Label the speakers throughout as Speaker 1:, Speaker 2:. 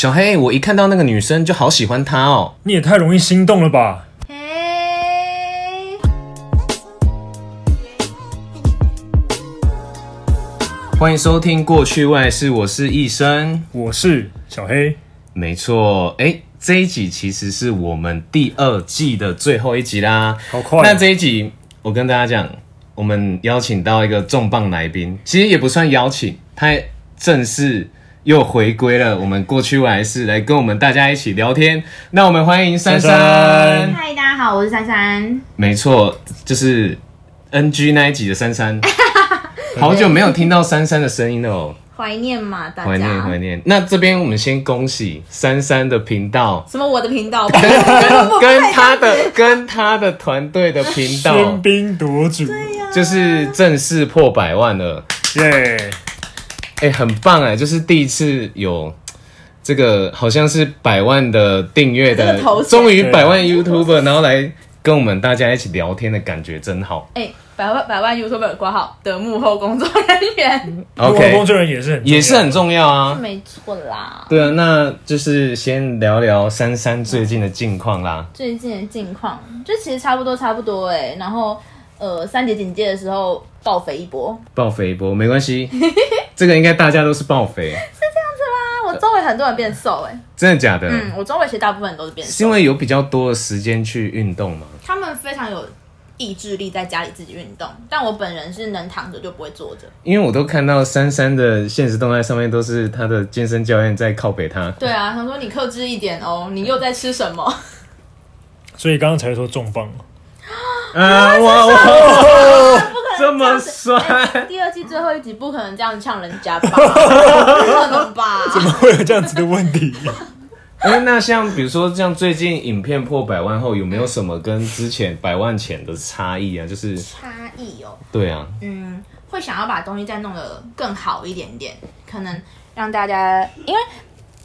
Speaker 1: 小黑，我一看到那个女生就好喜欢她哦。
Speaker 2: 你也太容易心动了吧？
Speaker 3: 嘿，
Speaker 1: 欢迎收听《过去外事》，我是医生。
Speaker 2: 我是小黑，
Speaker 1: 没错，哎，这一集其实是我们第二季的最后一集啦。
Speaker 2: 好快哦
Speaker 1: 那这一集，我跟大家讲，我们邀请到一个重磅来宾，其实也不算邀请，他正式又回归了我们《过去外事》，来跟我们大家一起聊天。那我们欢迎珊
Speaker 2: 珊
Speaker 1: 珊
Speaker 2: 珊。
Speaker 3: 嗨，大家好，我是珊珊。
Speaker 1: 没错，就是 NG 那一集的珊 珊，好久没有听到珊珊的声音了哦，
Speaker 3: 怀念嘛，大家。。
Speaker 1: 怀念怀念。那这边我们先恭喜珊珊的频道
Speaker 3: 什么？我的频 道吧。
Speaker 1: 跟跟跟他的跟他的团队的频道
Speaker 2: 喧，宾夺主，
Speaker 1: 就是正式破百万了，
Speaker 2: 耶！
Speaker 1: 哎、很棒哎，就是第一次有这个好像是百万的订阅
Speaker 3: 这
Speaker 1: 的
Speaker 3: 个头，衔
Speaker 1: 终于百万 YouTuber，然后来跟我们大家一起聊天的感觉真好。
Speaker 3: 哎、百万百万 YouTube 挂号的幕后工作人员。
Speaker 2: 我
Speaker 1: OK，
Speaker 2: 工作人员也是很重要
Speaker 1: 也是很重要啊。
Speaker 3: 没错啦，
Speaker 1: 对啊，那就是先聊聊珊珊最近的近况啦。
Speaker 3: 最近的近况就其实差不多差不多哎、然后呃，三级警戒的时候爆肥一波。
Speaker 1: 爆肥一波没关 系，这个应该大家都是爆肥，
Speaker 3: 啊，我周围很多人变瘦哎、
Speaker 1: 真的假的？
Speaker 3: 嗯，我周围其实大部分人都是变
Speaker 1: 是因
Speaker 3: 瘦，
Speaker 1: 为有比较多的时间去运动嘛？
Speaker 3: 他们非常有意志力，在家里自己运动。但我本人是能躺着就不会坐着。
Speaker 1: 因为我都看到珊珊的现实动态上面都是她的健身教练在靠北她。
Speaker 3: 对啊，他说你克制一点哦，你又在吃什么？
Speaker 2: 所以刚刚才说重磅，
Speaker 1: 啊，哇哇，这么 帅！
Speaker 3: 哎第二季最后一集不可能这样呛人家吧？不可能吧？
Speaker 2: 会有这样子的 问题？
Speaker 1: 哎，那像比如说像最近影片破百万后，有没有什么跟之前百万前的差异啊？就是
Speaker 3: 差异哦，
Speaker 1: 对啊，
Speaker 3: 嗯，会想要把东西再弄得更好一点点，可能让大家，因为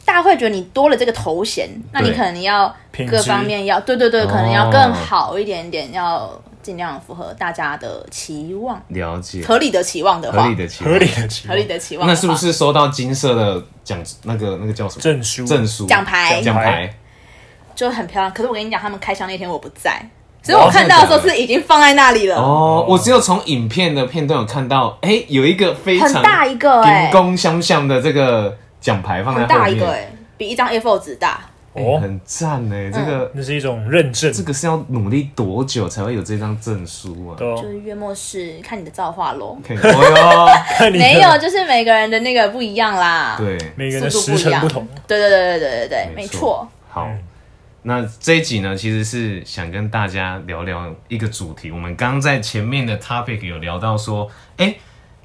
Speaker 3: 大家会觉得你多了这个头衔，那你
Speaker 1: 对
Speaker 3: 可能要
Speaker 2: 品
Speaker 3: 各
Speaker 2: 质
Speaker 3: 方面要，对对对，
Speaker 1: 哦
Speaker 3: 可能要更好一点点，要尽量符合大家的期望，
Speaker 1: 了解，
Speaker 3: 合理的期望的 话，
Speaker 1: 合理的期望
Speaker 2: 合理的期
Speaker 3: 合
Speaker 2: 望
Speaker 3: 理的期望的话，
Speaker 1: 那是不是收到金色的奖？那个那个叫什么
Speaker 2: 证书
Speaker 1: 证书、
Speaker 3: 奖牌
Speaker 1: 奖牌？
Speaker 3: 就很漂亮？可是我跟你讲，他们开箱那天我不在。只是我看哦到的时候是已经放在那里了，
Speaker 1: 哦，我只有从影片的片段有看到，哎、有一个非常
Speaker 3: 很大一个哎
Speaker 1: 顶弓相向的这个奖牌放在
Speaker 3: 很
Speaker 1: 后面，
Speaker 3: 大一个哎、比一张 A4 纸大。
Speaker 1: 哎
Speaker 2: 哦，
Speaker 1: 很赞
Speaker 3: 嗯
Speaker 1: 哎、这个、
Speaker 2: 那是一种认证，
Speaker 1: 这个是要努力多久才会有这张证书啊？
Speaker 2: 对
Speaker 3: 就
Speaker 2: 哦，
Speaker 3: 是月末是看你的造化喽。
Speaker 1: 可以，哦
Speaker 2: 看你的
Speaker 3: 没有，就是每个人的那个不一样啦
Speaker 1: 哟，，对，
Speaker 2: 每个人
Speaker 3: 速
Speaker 2: 的
Speaker 3: 度
Speaker 2: 时
Speaker 3: 不一
Speaker 2: 辰
Speaker 3: 样。
Speaker 2: 不同，
Speaker 3: 对对对对对对对，没错。，
Speaker 1: 好。那这一集呢，其实是想跟大家聊聊一个主题。我们刚刚在前面的 topic 有聊到说，哎、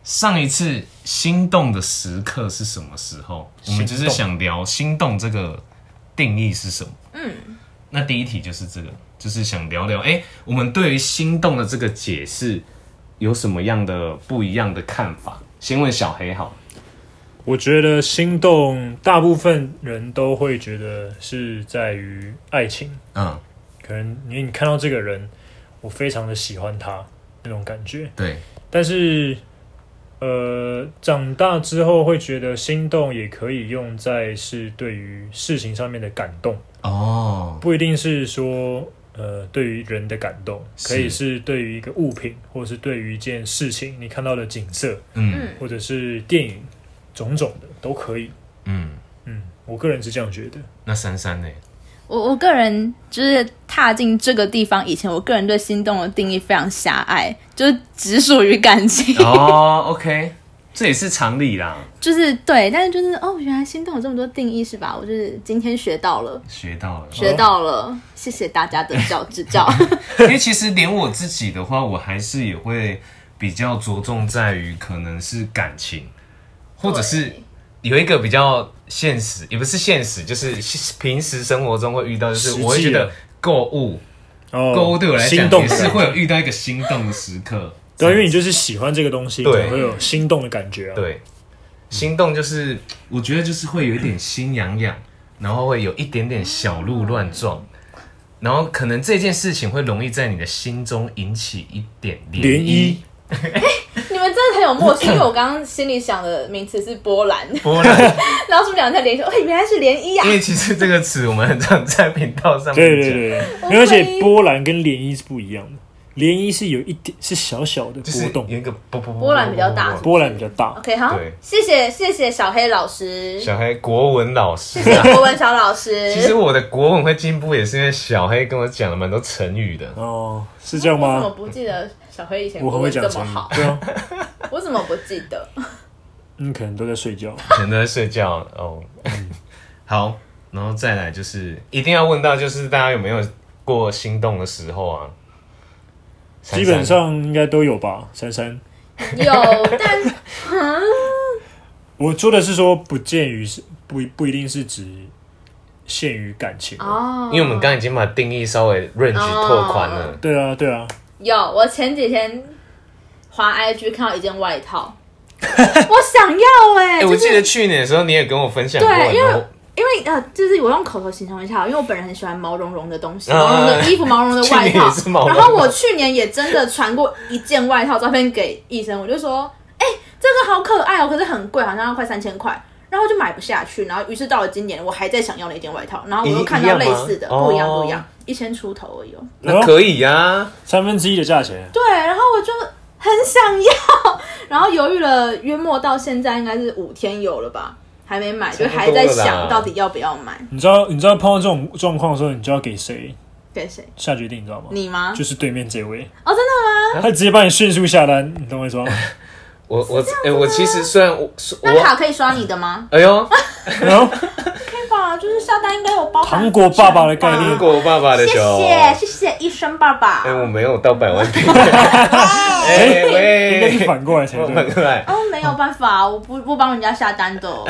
Speaker 1: 上一次心动的时刻是什么时候？我们就是
Speaker 2: 心动
Speaker 1: 想聊心动这个定义是什么。嗯，那第一题就是这个，就是想聊聊，哎、我们对于心动的这个解释有什么样的不一样的看法？先问小黑好，
Speaker 2: 我觉得心动，大部分人都会觉得是在于爱情，
Speaker 1: 嗯，
Speaker 2: 可能你你看到这个人，我非常的喜欢他那种感觉，
Speaker 1: 对，
Speaker 2: 但是，呃，长大之后会觉得心动也可以用在是对于事情上面的感动，
Speaker 1: 哦，
Speaker 2: 不一定是说呃对于人的感动，
Speaker 1: 是
Speaker 2: 可以是对于一个物品，或是对于一件事情，你看到的景色，
Speaker 1: 嗯
Speaker 2: 或者是电影，种种的都可以。
Speaker 1: 嗯，
Speaker 2: 嗯，我个人是这样觉得。
Speaker 1: 那珊珊呢？
Speaker 3: 我我个人就是踏进这个地方以前，我个人对心动的定义非常狭隘，就是只属于感情，
Speaker 1: 哦，OK，这也是常理啦，
Speaker 3: 就是对，但是就是哦，原来心动有这么多定义是吧？我就是今天学到了，
Speaker 1: 学到了。
Speaker 3: 学到了，谢谢大家的教指教。
Speaker 1: 因为其实连我自己的话，我还是也会比较着重在于可能是感情，或者是
Speaker 3: 对
Speaker 1: 有一个比较现实，也不是现实，就是平时生活中会遇到，就是
Speaker 2: 实际
Speaker 1: 我会觉得
Speaker 2: 的
Speaker 1: 购物，
Speaker 2: 哦
Speaker 1: 购物对我来
Speaker 2: 心
Speaker 1: 讲
Speaker 2: 动
Speaker 1: 也
Speaker 2: 的
Speaker 1: 是
Speaker 2: 感
Speaker 1: 会
Speaker 2: 觉
Speaker 1: 有遇到一个心动的时刻。
Speaker 2: 对啊，因为你就是喜欢这个东西，
Speaker 1: 对
Speaker 2: 才会有心动的感觉啊。，
Speaker 1: 对，心动就是我觉得就是会有一点心痒痒，然后会有一点点小鹿乱撞，然后可能这件事情会容易在你的心中引起一点涟
Speaker 2: 涟漪
Speaker 1: 漪。
Speaker 3: 你们真的很有默契，因为我刚刚心里想的名词是波兰，
Speaker 1: 波兰，
Speaker 3: 然后是不是两个才联想，哎、原来是涟漪
Speaker 1: 因
Speaker 3: 啊！
Speaker 1: 为其实这个词我们很常在频道上面
Speaker 2: 对
Speaker 1: 讲，
Speaker 2: 对对，
Speaker 3: 我
Speaker 2: 没有而
Speaker 3: 怀
Speaker 2: 且
Speaker 3: 疑
Speaker 2: 波澜跟涟漪是不一样的，涟漪是有一点是小小的
Speaker 1: 就是
Speaker 2: 波动，
Speaker 1: 有一个波波
Speaker 3: 波兰比较大
Speaker 2: 波澜比较大。
Speaker 3: OK，好
Speaker 1: 对，
Speaker 3: 谢谢谢谢小黑老师，
Speaker 1: 小黑国文老师
Speaker 3: 谢，谢国文小老 师。
Speaker 1: 其实我的国文会进步也是因为小黑跟我讲了蛮多成语的。
Speaker 2: 哦，是这样
Speaker 3: 我怎么
Speaker 2: 吗？
Speaker 3: 不记得小黑以前
Speaker 2: 我
Speaker 3: 国
Speaker 2: 很会
Speaker 3: 文
Speaker 2: 讲
Speaker 3: 这
Speaker 2: 成
Speaker 3: 么
Speaker 2: 语
Speaker 3: 好，？
Speaker 2: 对啊，
Speaker 3: 我怎么不记得？
Speaker 2: 你可能都在 睡觉。
Speaker 1: 可能在睡觉哦。好，然后再来就是一定要问到，就是大家有没有过心动的时候啊？
Speaker 2: 基本上应该都有吧，珊珊。
Speaker 3: 有，但
Speaker 2: 我说的是说，不见于是不不一定是指限于感情。
Speaker 3: 哦
Speaker 1: 珊珊，因为我们刚刚已经把定义稍微 range
Speaker 3: 哦
Speaker 1: 拓宽了，
Speaker 2: 对啊，对啊，
Speaker 3: 有，我前几天滑 IG 看到一件外 套，我想要哎、
Speaker 1: 哎、
Speaker 3: 就
Speaker 1: 我
Speaker 3: 是
Speaker 1: 记得去年的时候你也跟我分享过
Speaker 3: 对
Speaker 1: 很
Speaker 3: 因为
Speaker 1: 多，
Speaker 3: 因为呃，就是我用口头形容一下，因为我本人很喜欢毛茸茸的东西，
Speaker 1: 啊
Speaker 3: 毛茸的衣服、毛茸的 外
Speaker 1: 去年
Speaker 3: 套
Speaker 1: 也是。毛茸
Speaker 3: 然后我去年也真的传过一件外套照片给医生，我就说，哎、这个好可爱哦，可是很贵，好像要快三千块。然后就买不下去，然后于是到了今年，我还在想要那件外套，然后我又
Speaker 1: 一
Speaker 3: 看
Speaker 1: 一
Speaker 3: 到
Speaker 1: 样吗
Speaker 3: 类似的，不一样
Speaker 1: 哦
Speaker 3: 不一样，一千出头而已哦。
Speaker 2: 嗯
Speaker 1: 那可以啊，
Speaker 2: 三分之一的价钱。
Speaker 3: 对，然后我就很想要，然后犹豫了约莫到现在应该是五天有了吧，还没买，就
Speaker 1: 差不多
Speaker 3: 还在
Speaker 1: 了啦
Speaker 3: 想到底要不要买，
Speaker 2: 你知道，你知道碰到这种状况的时候，你就要给谁
Speaker 3: 给谁？
Speaker 2: 下决定，你知道吗？
Speaker 3: 你吗？
Speaker 2: 就是对面这位，
Speaker 3: 哦，真的吗？
Speaker 2: 他直接帮你迅速下单，你懂我意思 吗？
Speaker 1: 我我哎、我其实虽然我是
Speaker 3: 那卡
Speaker 1: 我
Speaker 3: 可以刷你的吗？
Speaker 1: 哎呦，
Speaker 2: 然后
Speaker 3: 可以吧，就是下单应该有包含
Speaker 2: 糖果爸爸的概
Speaker 1: 英
Speaker 2: 念
Speaker 1: 国爸爸的
Speaker 3: 谢
Speaker 1: 球，
Speaker 3: 谢谢谢医生爸爸
Speaker 1: 哎、。我没有到百万 订阅，哎、
Speaker 2: 应该是
Speaker 1: 喂，
Speaker 2: 反过来才
Speaker 1: 我很
Speaker 2: 对。
Speaker 1: 可爱，
Speaker 3: 哦，没有办法，我不不帮人家下单的。
Speaker 2: 哦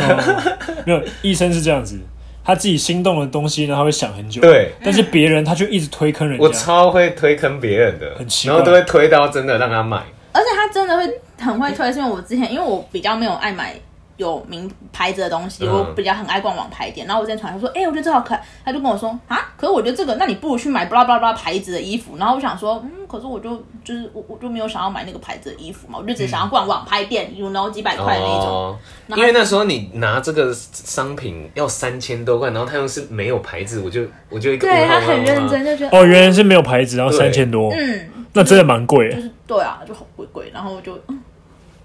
Speaker 2: 没有，医生是这样子，他自己心动的东西呢，他会想很久。
Speaker 1: 对，
Speaker 2: 但是别人他就一直推坑人
Speaker 1: 我
Speaker 2: 家。
Speaker 1: 超会推坑别人的
Speaker 2: 很，奇
Speaker 1: 然
Speaker 2: 怪
Speaker 1: 后都会推到真的让他买。
Speaker 3: 而且他真的会很会推，是因为我之前因为我比较没有爱买有名牌子的东西，
Speaker 1: 嗯
Speaker 3: 我比较很爱逛网拍店。然后我之前传他说，哎、我觉得这好可爱，他就跟我说啊，可是我觉得这个，那你不如去买 blah blah blah 牌子的衣服。然后我想说，嗯，可是我就就是我我就没有想要买那个牌子的衣服嘛，我就只想要逛网拍店、y o u know 几百块的那一种。
Speaker 1: 嗯哦，
Speaker 3: 然后
Speaker 1: 因为那时候你拿这个商品要三千多块，然后他又是没有牌子，我就我就一个
Speaker 3: 对
Speaker 1: 问号
Speaker 3: 他很认。
Speaker 1: 问号
Speaker 3: 真，就觉得
Speaker 2: 哦，原来是没有牌子，然后
Speaker 1: 对
Speaker 2: 三千多，
Speaker 3: 嗯，
Speaker 2: 那真的蛮贵
Speaker 3: 就。是对啊，就很贵贵。然后我就嗯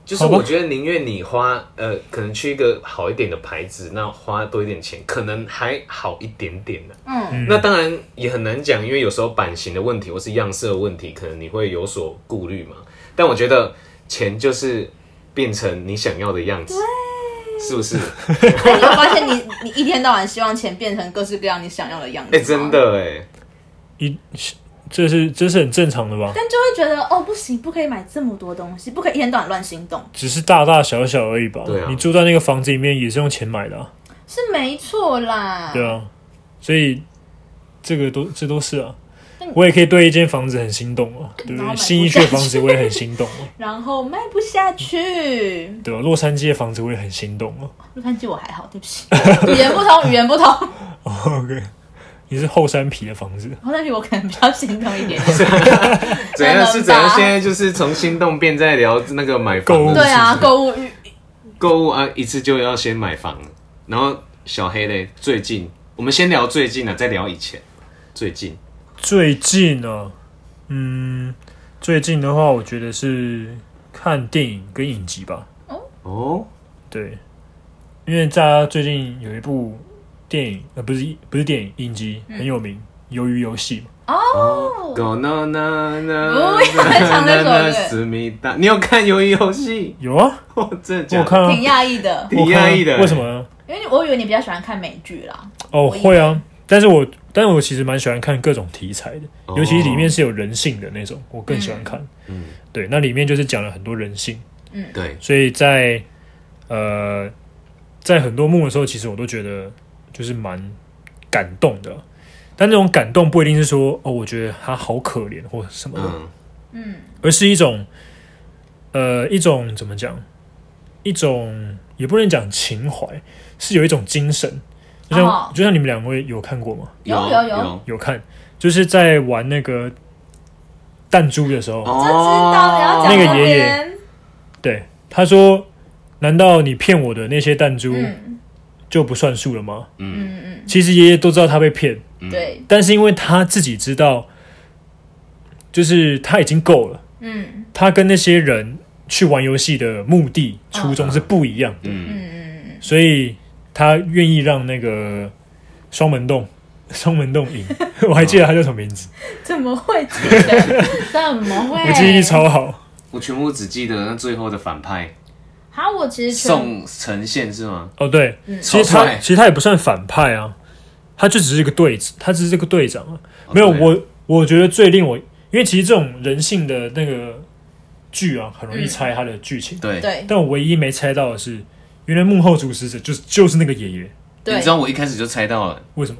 Speaker 1: 就是
Speaker 2: 好吧
Speaker 1: 我觉得宁愿你花呃，可能去一个好一点的牌子，那花多一点钱，可能还好一点点呢、
Speaker 3: 嗯
Speaker 1: 那当然也很难讲，因为有时候版型的问题或是样式的问题，可能你会有所顾虑嘛。但我觉得钱就是变成你想要的样子，是不是？
Speaker 3: 哎你有发现你你一天到晚希望钱变成各式各样你想要的样子，
Speaker 1: 哎、真。的哎，
Speaker 2: 一，这是这是很正常的吧？
Speaker 3: 但就会觉得哦，不行，不可以买这么多东西，不可以一天到晚乱心动，
Speaker 2: 只是大大小小而已吧。
Speaker 1: 对啊
Speaker 2: 你住在那个房子里面也是用钱买的、啊，
Speaker 3: 是没错啦。
Speaker 2: 对啊，所以这个都这都是啊
Speaker 3: 但。
Speaker 2: 我也可以对一间房子很心动啊，对不
Speaker 3: 然后买
Speaker 2: 对？
Speaker 3: 不
Speaker 2: 新一区的房子我也很心动啊，
Speaker 3: 然后卖不下 去，
Speaker 2: 对吧？洛杉矶的房子我也很心动啊。
Speaker 3: 洛杉矶我还好，对不起，语言不通，语 言不通。
Speaker 2: OK，你是后山皮的房子，
Speaker 3: 洛杉矶我可能比较心动 一点点。
Speaker 1: 怎样
Speaker 3: 真的
Speaker 1: 是怎样？
Speaker 3: 吧
Speaker 1: 现在就是从心动变在聊那个买
Speaker 2: 购
Speaker 1: 房
Speaker 2: 物
Speaker 1: 的
Speaker 3: 对啊，购物欲
Speaker 1: 购物啊，一次就要先买房。然后小黑嘞，最近我们先聊最近啊，再聊以前。最近
Speaker 2: 最近呢、嗯，最近的话，我觉得是看电影跟影集吧。
Speaker 1: 哦，
Speaker 2: 对，因为大家最近有一部电影，呃，不是不是电影，影集
Speaker 1: 嗯
Speaker 2: 很有名，鱿鱼游戏》嘛。
Speaker 3: 哦，
Speaker 1: 狗呢呢呢，
Speaker 3: 不要再唱那首了
Speaker 1: 思密达，你有看《鱿鱼游戏
Speaker 2: 有啊，》？
Speaker 1: 我真的假
Speaker 2: 我
Speaker 1: 的
Speaker 2: 看啊，
Speaker 3: 挺讶异的，
Speaker 1: 挺
Speaker 2: 我看啊
Speaker 1: 压抑的
Speaker 2: 为什么呢？
Speaker 3: 因为我以为你比较喜欢看美剧啦。
Speaker 2: 哦，
Speaker 3: 以为
Speaker 2: 会啊，但是我但是我其实蛮喜欢看各种题材的，
Speaker 1: 哦
Speaker 2: 尤其是里面是有人性的那种，我更喜欢看。
Speaker 1: 嗯，
Speaker 2: 对，那里面就是讲了很多人性，
Speaker 1: 对，
Speaker 2: 所以在呃，在很多幕的时候，其实我都觉得就是蛮感动的。但那种感动不一定是说哦，我觉得他好可怜或什么的，
Speaker 1: 嗯，
Speaker 3: 嗯，
Speaker 2: 而是一种，呃，一种怎么讲？一种也不能讲情怀，是有一种精神。就像、
Speaker 3: 哦
Speaker 2: 就像你们两位有看过吗？
Speaker 3: 有
Speaker 1: 有
Speaker 3: 有有
Speaker 1: 有，
Speaker 2: 有看，就是在玩那个弹珠的时候，
Speaker 1: 哦
Speaker 3: 就知道你要讲
Speaker 2: 那个
Speaker 3: 这
Speaker 2: 爷爷
Speaker 3: 边
Speaker 2: 对，他说：“难道你骗我的那些弹珠
Speaker 3: 嗯
Speaker 2: 就不算数了吗？”
Speaker 1: 嗯
Speaker 2: 嗯，其实爷爷都知道他被骗，
Speaker 3: 对，
Speaker 2: 但是因为他自己知道，就是他已经够了，
Speaker 3: 嗯
Speaker 2: 他跟那些人去玩游戏的目的初衷是不一样的，
Speaker 1: 嗯，
Speaker 3: 嗯
Speaker 2: 所以他愿意让那个双门洞。 双门洞赢， 我还记得他叫什么名字，
Speaker 3: 嗯，怎么会记得？怎么会？
Speaker 2: 我记忆力超好。
Speaker 1: 我全部只记得那最后的反派
Speaker 3: 好，我其实全
Speaker 1: 宋呈现是吗？
Speaker 2: 哦，对，
Speaker 1: 嗯
Speaker 2: 其实
Speaker 1: 超
Speaker 2: 他
Speaker 1: 帅
Speaker 2: 其实他也不算反派啊，他就只是一个队，他只是个队长啊。没有
Speaker 1: 对
Speaker 2: 我，我觉得最令我，因为其实这种人性的那个剧啊，很容易
Speaker 3: 嗯
Speaker 2: 猜它的剧情。
Speaker 1: 对，
Speaker 3: 对
Speaker 2: 但我唯一没猜到的是，原来幕后主使者就是就是那个爷爷，
Speaker 1: 你
Speaker 3: 对
Speaker 1: 知道我一开始就猜到了，
Speaker 2: 为什么？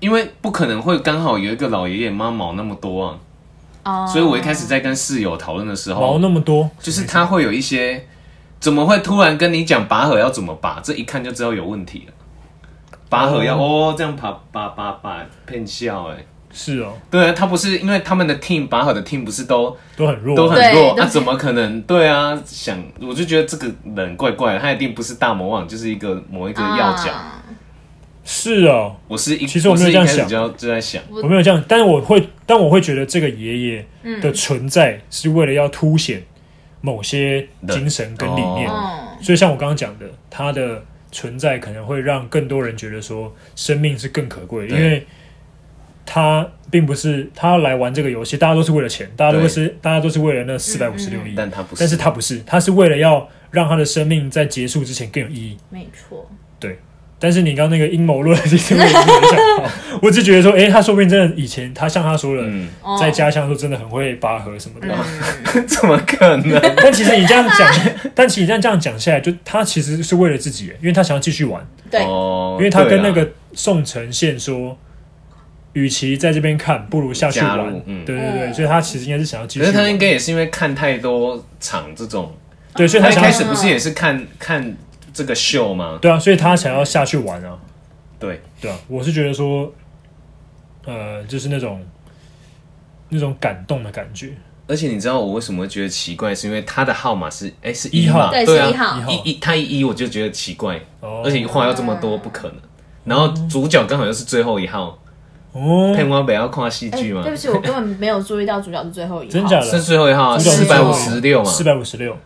Speaker 1: 因为不可能会刚好有一个老爷爷妈毛那么多啊，
Speaker 3: 啊
Speaker 1: 所以我一开始在跟室友讨论的时
Speaker 2: 毛
Speaker 1: 候，
Speaker 2: 那么多，
Speaker 1: 就是他会有一些怎么会突然跟你讲拔河要怎么拔，这一看就知道有问题了。拔河要哦这样拔拔拔拔骗笑哎、
Speaker 2: 是哦，
Speaker 1: 对啊，他不是因为他们的 team 拔河的 team 不是都
Speaker 2: 都很弱，啊
Speaker 1: 都很
Speaker 3: 对
Speaker 1: 弱，
Speaker 3: 都
Speaker 1: 那、
Speaker 3: 是
Speaker 1: 怎么可能？对啊，想我就觉得这个人怪怪的，他一定不是大魔王，就是一个某一个要角。
Speaker 3: 啊
Speaker 2: 是哦，
Speaker 1: 我是一，
Speaker 2: 其实我没有
Speaker 1: 是一
Speaker 2: 这样
Speaker 1: 开始
Speaker 2: 想
Speaker 1: 就要就在想，
Speaker 2: 我
Speaker 3: 我
Speaker 2: 没有这样，但是我会，但我会觉得这个爷爷
Speaker 1: 嗯
Speaker 2: 的存在是为了要凸显某些精神跟理念，
Speaker 1: 哦
Speaker 3: 嗯，
Speaker 2: 所以像我刚刚讲的，他的存在可能会让更多人觉得说生命是更可贵的，
Speaker 1: 对
Speaker 2: 因为他并不是他来玩这个游戏，大家都是为了钱，大家都是大家都是为了那四百五十六亿，
Speaker 1: 嗯但他不是，
Speaker 2: 但是他不是，他是为了要让他的生命在结束之前更有意义。
Speaker 3: 没错，
Speaker 2: 但是你刚刚那个阴谋论，其实我也是没想到，我只觉得说，诶，他说不定真的以前他像他说的，
Speaker 1: 嗯，
Speaker 3: 哦
Speaker 2: 在家乡说真的很会拔河什么的。
Speaker 1: 怎么可能？
Speaker 2: 但其实你这样讲，但其实你这样讲下来，就他其实是为了自己，因为他想要继续玩，
Speaker 3: 对
Speaker 1: 哦
Speaker 2: 因为他跟那
Speaker 1: 对啦
Speaker 2: 个宋承宪说，与其在这边看，不如下去
Speaker 1: 加
Speaker 2: 玩
Speaker 1: 入。嗯
Speaker 2: 对对对，
Speaker 3: 嗯
Speaker 2: 所以他其实应该是想要继
Speaker 1: 可
Speaker 2: 续
Speaker 1: 是他应
Speaker 2: 玩。
Speaker 1: 该也是因为看太多场这种，
Speaker 2: 对，所以
Speaker 1: 他
Speaker 2: 他
Speaker 1: 一
Speaker 2: 想
Speaker 1: 开
Speaker 2: 要
Speaker 1: 始不是也是看看这个秀吗？
Speaker 2: 对啊，所以他想要下去玩啊。
Speaker 1: 对，
Speaker 2: 对啊，我是觉得说，呃，就是那种那种感动的感觉。
Speaker 1: 而且你知道我为什么会觉得奇怪，是因为他的号码是哎、是
Speaker 2: 一
Speaker 1: 嘛
Speaker 2: 号
Speaker 1: 对
Speaker 3: 对
Speaker 1: 啊
Speaker 3: 是一号
Speaker 2: 一号
Speaker 1: 一一他一一我就觉得奇怪，
Speaker 2: 哦
Speaker 1: 而且话要这么多不可能。然后主角刚好又是最后一号，
Speaker 2: 哦，
Speaker 1: 骗我北要跨戏
Speaker 3: 哎
Speaker 1: 剧嘛
Speaker 3: 对，不起，我根本没有注意到主角是最后一号，
Speaker 2: 真假
Speaker 1: 是
Speaker 2: 的？
Speaker 1: 最后一号啊，
Speaker 2: 主角
Speaker 1: 四
Speaker 2: 是
Speaker 1: 百五十六嘛，
Speaker 2: 四百五十六，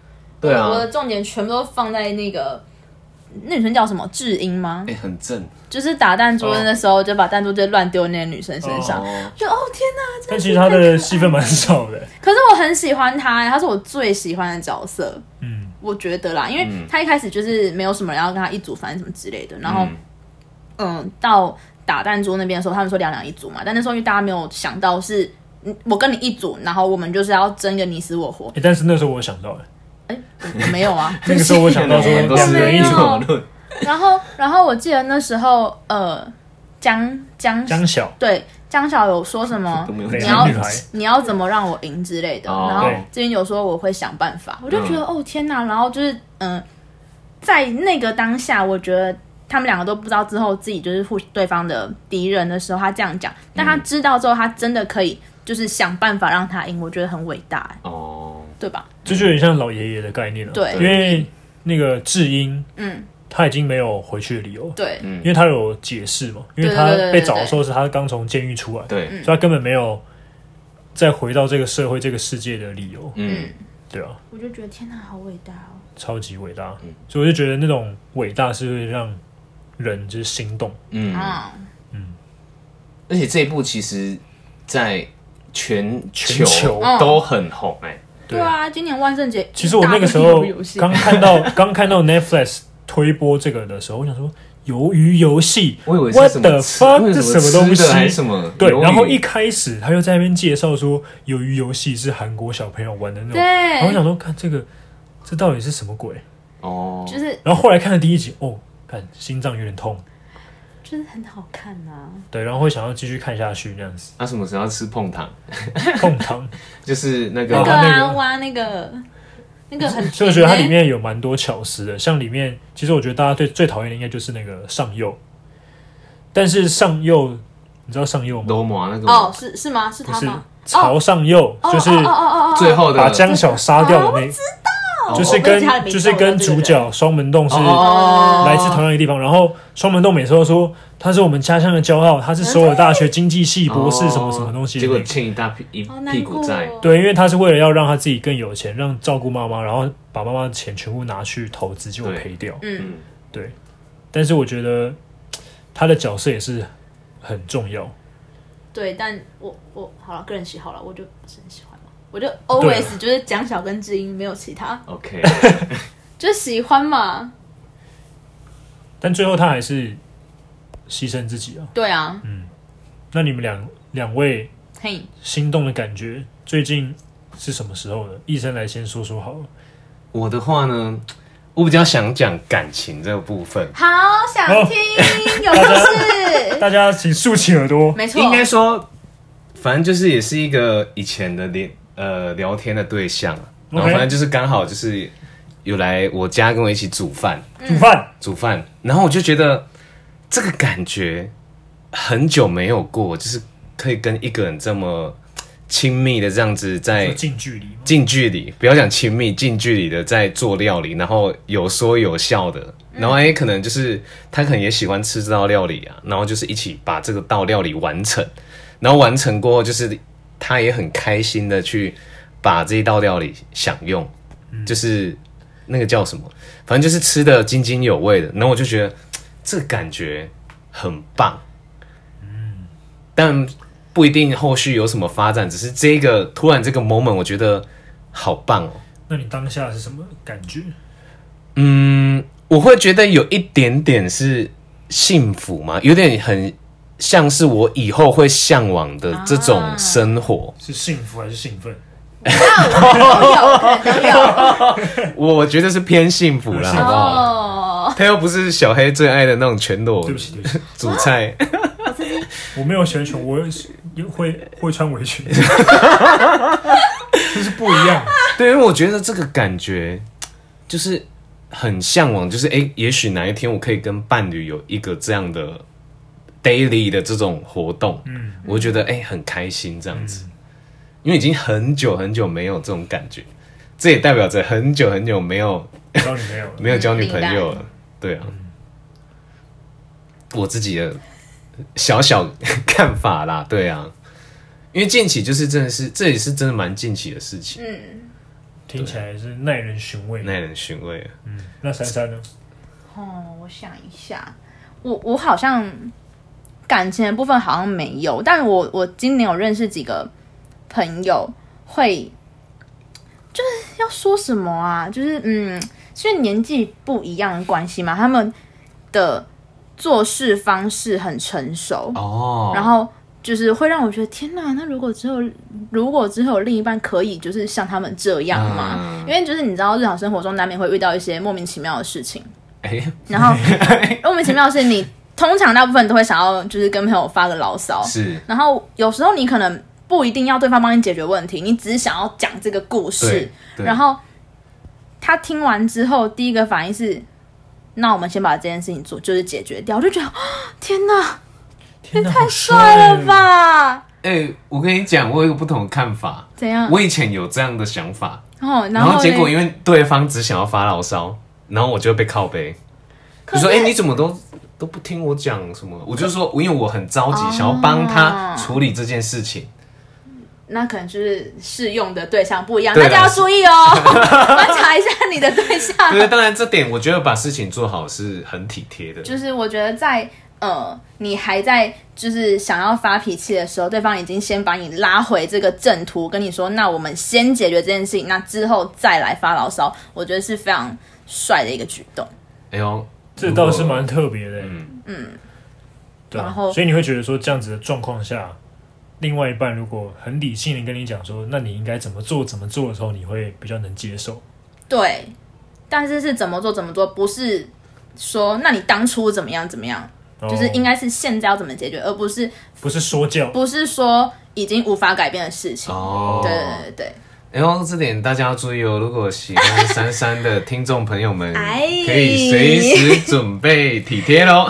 Speaker 1: 对啊
Speaker 3: 我，的重点全部都放在那个。那女生叫什么？智英吗？
Speaker 1: 哎很正
Speaker 3: 就是打弹珠的时候，就把弹珠直接乱丢那个女生身
Speaker 2: 啊
Speaker 3: 上。
Speaker 1: 哦，
Speaker 3: 就哦天哪！
Speaker 2: 但其实他的戏份蛮少的。
Speaker 3: 可是我很喜欢她，她是我最喜欢的角色。
Speaker 2: 嗯，
Speaker 3: 我觉得啦，因为
Speaker 1: 嗯
Speaker 3: 她一开始就是没有什么人要跟她一组，反正什么之类的。然后
Speaker 1: 嗯
Speaker 3: 嗯，到打弹珠那边的时候，他们说两两一组嘛，但那时候因为大家没有想到是。嗯我跟你一组，然后我们就是要争个你死我 活。
Speaker 2: 诶但是那时候我想到了，
Speaker 3: 哎、我没有啊。
Speaker 2: 那个时候我想 到说
Speaker 1: 我们都
Speaker 2: 两
Speaker 1: 是
Speaker 2: 人一
Speaker 1: 人
Speaker 2: 组
Speaker 1: 一
Speaker 3: 没有
Speaker 1: 组，
Speaker 3: 然后，然后我记得那时候，呃，江江
Speaker 2: 江小
Speaker 3: 对江小有说什么
Speaker 1: 都没有
Speaker 2: 美
Speaker 3: 你
Speaker 2: 男
Speaker 3: 要
Speaker 2: 女孩，
Speaker 3: 你要怎么让我赢之类的。
Speaker 1: 哦嗯
Speaker 3: 然后
Speaker 2: 对
Speaker 3: 这边有说我会想办法，我就觉得、哦天哪！然后就是嗯、呃在那个当下，我觉得他们两个都不知道之后自己就是互对方的敌人的时候，他这样讲，但
Speaker 1: 嗯
Speaker 3: 他知道之后，他真的可以就是想办法让他赢，我觉得很伟大，
Speaker 1: 哦，
Speaker 3: 对吧？
Speaker 2: 这就有点像老爷爷的概念了。
Speaker 3: 对
Speaker 2: 因为那个智英
Speaker 3: 嗯，
Speaker 2: 他已经没有回去的理由了，
Speaker 1: 嗯
Speaker 3: 对，
Speaker 2: 因为他有解释嘛，因为
Speaker 3: 对
Speaker 2: 他
Speaker 3: 对对对
Speaker 2: 被找的时候是他刚从监狱出来，
Speaker 3: 嗯
Speaker 1: 对，
Speaker 2: 所以他根本没有再回到这个社会、这个世界的理由。
Speaker 1: 嗯，
Speaker 2: 对啊，
Speaker 3: 我就觉得天哪，好伟大哦！
Speaker 2: 超级伟大，所以我就觉得那种伟大是会让人就是心动。
Speaker 1: 嗯，
Speaker 3: 啊，
Speaker 1: 而且这一部其实，在全
Speaker 2: 全球
Speaker 3: 嗯
Speaker 1: 都很红哎、
Speaker 3: 对啊，今年万圣节
Speaker 2: 其实我那个时候
Speaker 3: 一大堆游戏
Speaker 2: 刚看到刚看到 Netflix 推播这个的时候，我想说鱿鱼游戏，
Speaker 1: 我以为
Speaker 2: What
Speaker 1: 是什么
Speaker 2: the
Speaker 1: 吃，
Speaker 2: fuck？
Speaker 1: 我以为
Speaker 2: 这
Speaker 1: 什么
Speaker 2: 什么东
Speaker 1: 吃的还是
Speaker 2: 西
Speaker 1: 什么
Speaker 2: 对
Speaker 1: 鱿，鱼
Speaker 2: 然后一开始他又在那边介绍说，鱿鱼游戏是韩国小朋友玩的那种。然后我想
Speaker 3: 对，
Speaker 2: 说，看这个，这到底是什么鬼？
Speaker 1: 哦，。
Speaker 3: 就是
Speaker 2: 然后后来看了第一集，哦，看心脏有点痛，
Speaker 3: 就是很好看啊。
Speaker 2: 对，然后会想要继续看下去那样 子
Speaker 1: 那、什么时候要吃碰糖？
Speaker 2: 痛糖，
Speaker 1: 就是那
Speaker 3: 那
Speaker 1: 个
Speaker 3: 个
Speaker 2: 哦那
Speaker 3: 啊，
Speaker 2: 个
Speaker 3: 挖那个那个很甜欸，
Speaker 2: 所以我觉得它里面有蛮多巧思的，像里面其实我觉得大家最最讨厌的应该就是那个上右，但是上右，你知道上右吗？
Speaker 1: 罗啊马那个
Speaker 3: 哦，是是吗？是
Speaker 2: 不
Speaker 3: 他
Speaker 2: 是
Speaker 3: 吗？
Speaker 2: 朝上右，
Speaker 3: 哦
Speaker 2: 就是
Speaker 3: 哦哦哦哦哦，
Speaker 1: 最后的
Speaker 2: 把江小杀掉的那，
Speaker 3: 哦
Speaker 2: 就是
Speaker 3: 我
Speaker 2: 跟
Speaker 3: 我认识他的名
Speaker 2: 就
Speaker 3: 字
Speaker 2: 是跟主角双门洞是
Speaker 1: 哦
Speaker 2: 来自同样一个地方，然后双门洞每次都说他是我们家乡的骄傲，他是首尔大学经济系博士什么什么东西的
Speaker 1: 结
Speaker 2: 那
Speaker 1: 果
Speaker 2: 个。
Speaker 1: 欠一大屁一
Speaker 3: 好难
Speaker 1: 屁股债
Speaker 3: 过，哦
Speaker 2: 对，因为他是为了要让他自己更有钱，让照顾妈妈，然后把妈妈的钱全部拿去投资，结果
Speaker 1: 对
Speaker 2: 赔掉。
Speaker 3: 嗯，
Speaker 1: 嗯，
Speaker 2: 但是我觉得他的角色也是很重要。
Speaker 3: 对，但我我好了，个人喜好了，我就不是很喜欢嘛，我就
Speaker 2: 啊
Speaker 3: always 就是蒋小跟智英没有其他，
Speaker 1: OK，
Speaker 3: 就是喜欢嘛，
Speaker 2: 但最后他还是牺牲自己啊。
Speaker 3: 对啊，
Speaker 2: 那你们两两位
Speaker 3: 嘿，
Speaker 2: 心动的感觉最近是什么时候呢？医生来先说说好了。
Speaker 1: 我的话呢，我比较想讲感情这个部分。
Speaker 3: 好想听，有
Speaker 2: 大
Speaker 3: 故
Speaker 2: 家
Speaker 3: 事，
Speaker 2: 大家请竖起耳朵。
Speaker 3: 没错，
Speaker 1: 应该说，反正就是也是一个以前的聊呃聊天的对象，啊然后
Speaker 2: OK
Speaker 1: 反正就是刚好就是有来我家跟我一起煮饭
Speaker 2: 煮饭，
Speaker 1: 煮饭，然后我就觉得这个感觉很久没有过，就是可以跟一个人这么亲密的这样子
Speaker 2: 就
Speaker 1: 在。
Speaker 2: 近距离吗？
Speaker 1: 近距离，不要讲亲密，近距离的在做料理，然后有说有笑的，然后哎、可能就是他可能也喜欢吃这道料理啊，然后就是一起把这个道料理完成，然后完成过后，就是他也很开心的去把这一道料理享用，就是那个叫什么，反正就是吃的津津有味的，然后我就觉得嘖这个感觉很棒，但不一定后续有什么发展，只是这个突然这个 moment 我觉得好棒哦。
Speaker 2: 那你当下是什么感觉？
Speaker 1: 嗯，我会觉得有一点点是幸福嘛，有点很像是我以后会向往的这种生活。
Speaker 2: 是幸福还是兴奋？
Speaker 3: 都有，都有，
Speaker 1: 啊我觉得是偏幸福啦，
Speaker 2: 幸
Speaker 1: 好
Speaker 2: 福
Speaker 1: 不好？
Speaker 3: 哦，
Speaker 1: 他又不是小黑最爱的那种全裸
Speaker 2: 对不起，对不起，
Speaker 1: 主菜，
Speaker 2: 我没有选球，我也会会穿围裙， 就是不一样。
Speaker 1: 对，因为我觉得这个感觉就是很向往，就是哎、诶也许哪一天我可以跟伴侣有一个这样的 daily 的这种活动，
Speaker 2: 嗯，
Speaker 1: 我觉得哎、诶很开心这样子，因为已经很久很久没有这种感觉，这也代表着很久很久没有
Speaker 2: 交女朋友了，
Speaker 1: 没有交女朋友了，对啊，我自己的小小看法啦，对啊，因为近期就是真的是这也是真的蛮近期的事情，
Speaker 3: 嗯，
Speaker 2: 听起来是耐人寻味。
Speaker 1: 耐人寻味啊。
Speaker 2: 嗯，那珊珊呢？
Speaker 3: 哦，我想一下，我我好像感情的部分好像没有，但我我今年有认识几个朋友会，就是要说什么啊？就是嗯，是因为年纪不一样的关系嘛，他们的做事方式很成熟，
Speaker 1: 哦，
Speaker 3: 然后就是会让我觉得天哪，那如果只有如果只有另一半可以就是像他们这样嘛，
Speaker 1: 嗯
Speaker 3: 因为就是你知道日常生活中难免会遇到一些莫名其妙的事情，
Speaker 1: 哎、
Speaker 3: 然后莫名其妙的是你通常大部分都会想要就是跟朋友发个牢骚，
Speaker 1: 是
Speaker 3: 然后有时候你可能不一定要对方帮你解决问题，你只是想要讲这个故事
Speaker 1: 对，，对
Speaker 3: 然后他听完之后第一个反应是。那我们先把这件事情做，就是解决掉，我就觉得啊天哪，
Speaker 2: 天太
Speaker 3: 帅了！吧？
Speaker 1: 哎、我跟你讲，我有不同的看法。
Speaker 3: 怎样？
Speaker 1: 我以前有这样的想法，
Speaker 3: 哦，
Speaker 1: 然后结果
Speaker 3: 嗯嘞
Speaker 1: 因为对方只想要发牢骚，然后我就被靠背。
Speaker 3: 可
Speaker 1: 你说，
Speaker 3: 是
Speaker 1: 哎、你怎么都都不听我讲什么？我就说，因为我很着急，
Speaker 3: 哦
Speaker 1: 想要帮他处理这件事情。
Speaker 3: 那可能就是适用的对象不一样，
Speaker 1: 对啊
Speaker 3: 大
Speaker 1: 啦
Speaker 3: 家要注 意哦，观察一下你的对象。
Speaker 1: 对，当然这点我觉得把事情做好是很体贴的。
Speaker 3: 就是我觉得在呃，你还在就是想要发脾气的时候，对方已经先把你拉回这个正途，跟你说，那我们先解决这件事情，那之后再来发牢骚，我觉得是非常帅的一个举动。
Speaker 1: 哎呦，
Speaker 2: 这倒是蛮特别的。
Speaker 1: 嗯
Speaker 2: 嗯，对啊
Speaker 3: 然后
Speaker 2: 所以你会觉得说，这样子的状况下，另外一半如果很理性的跟你讲说，那你应该怎么做怎么做的时候，你会比较能接受。
Speaker 3: 对，但是是怎么做怎么做，不是说那你当初怎么样怎么样，就是应
Speaker 2: 该
Speaker 3: 该是现在要怎么解决，而不是
Speaker 2: 不是说教，
Speaker 3: 不是说已经无法改变的事情。
Speaker 1: 哦，
Speaker 3: 对对对对，
Speaker 1: 哎呦，这点大家要注意哦！如果喜欢珊珊的听众朋友们，
Speaker 3: 哎
Speaker 1: 可以随时准备体贴喽。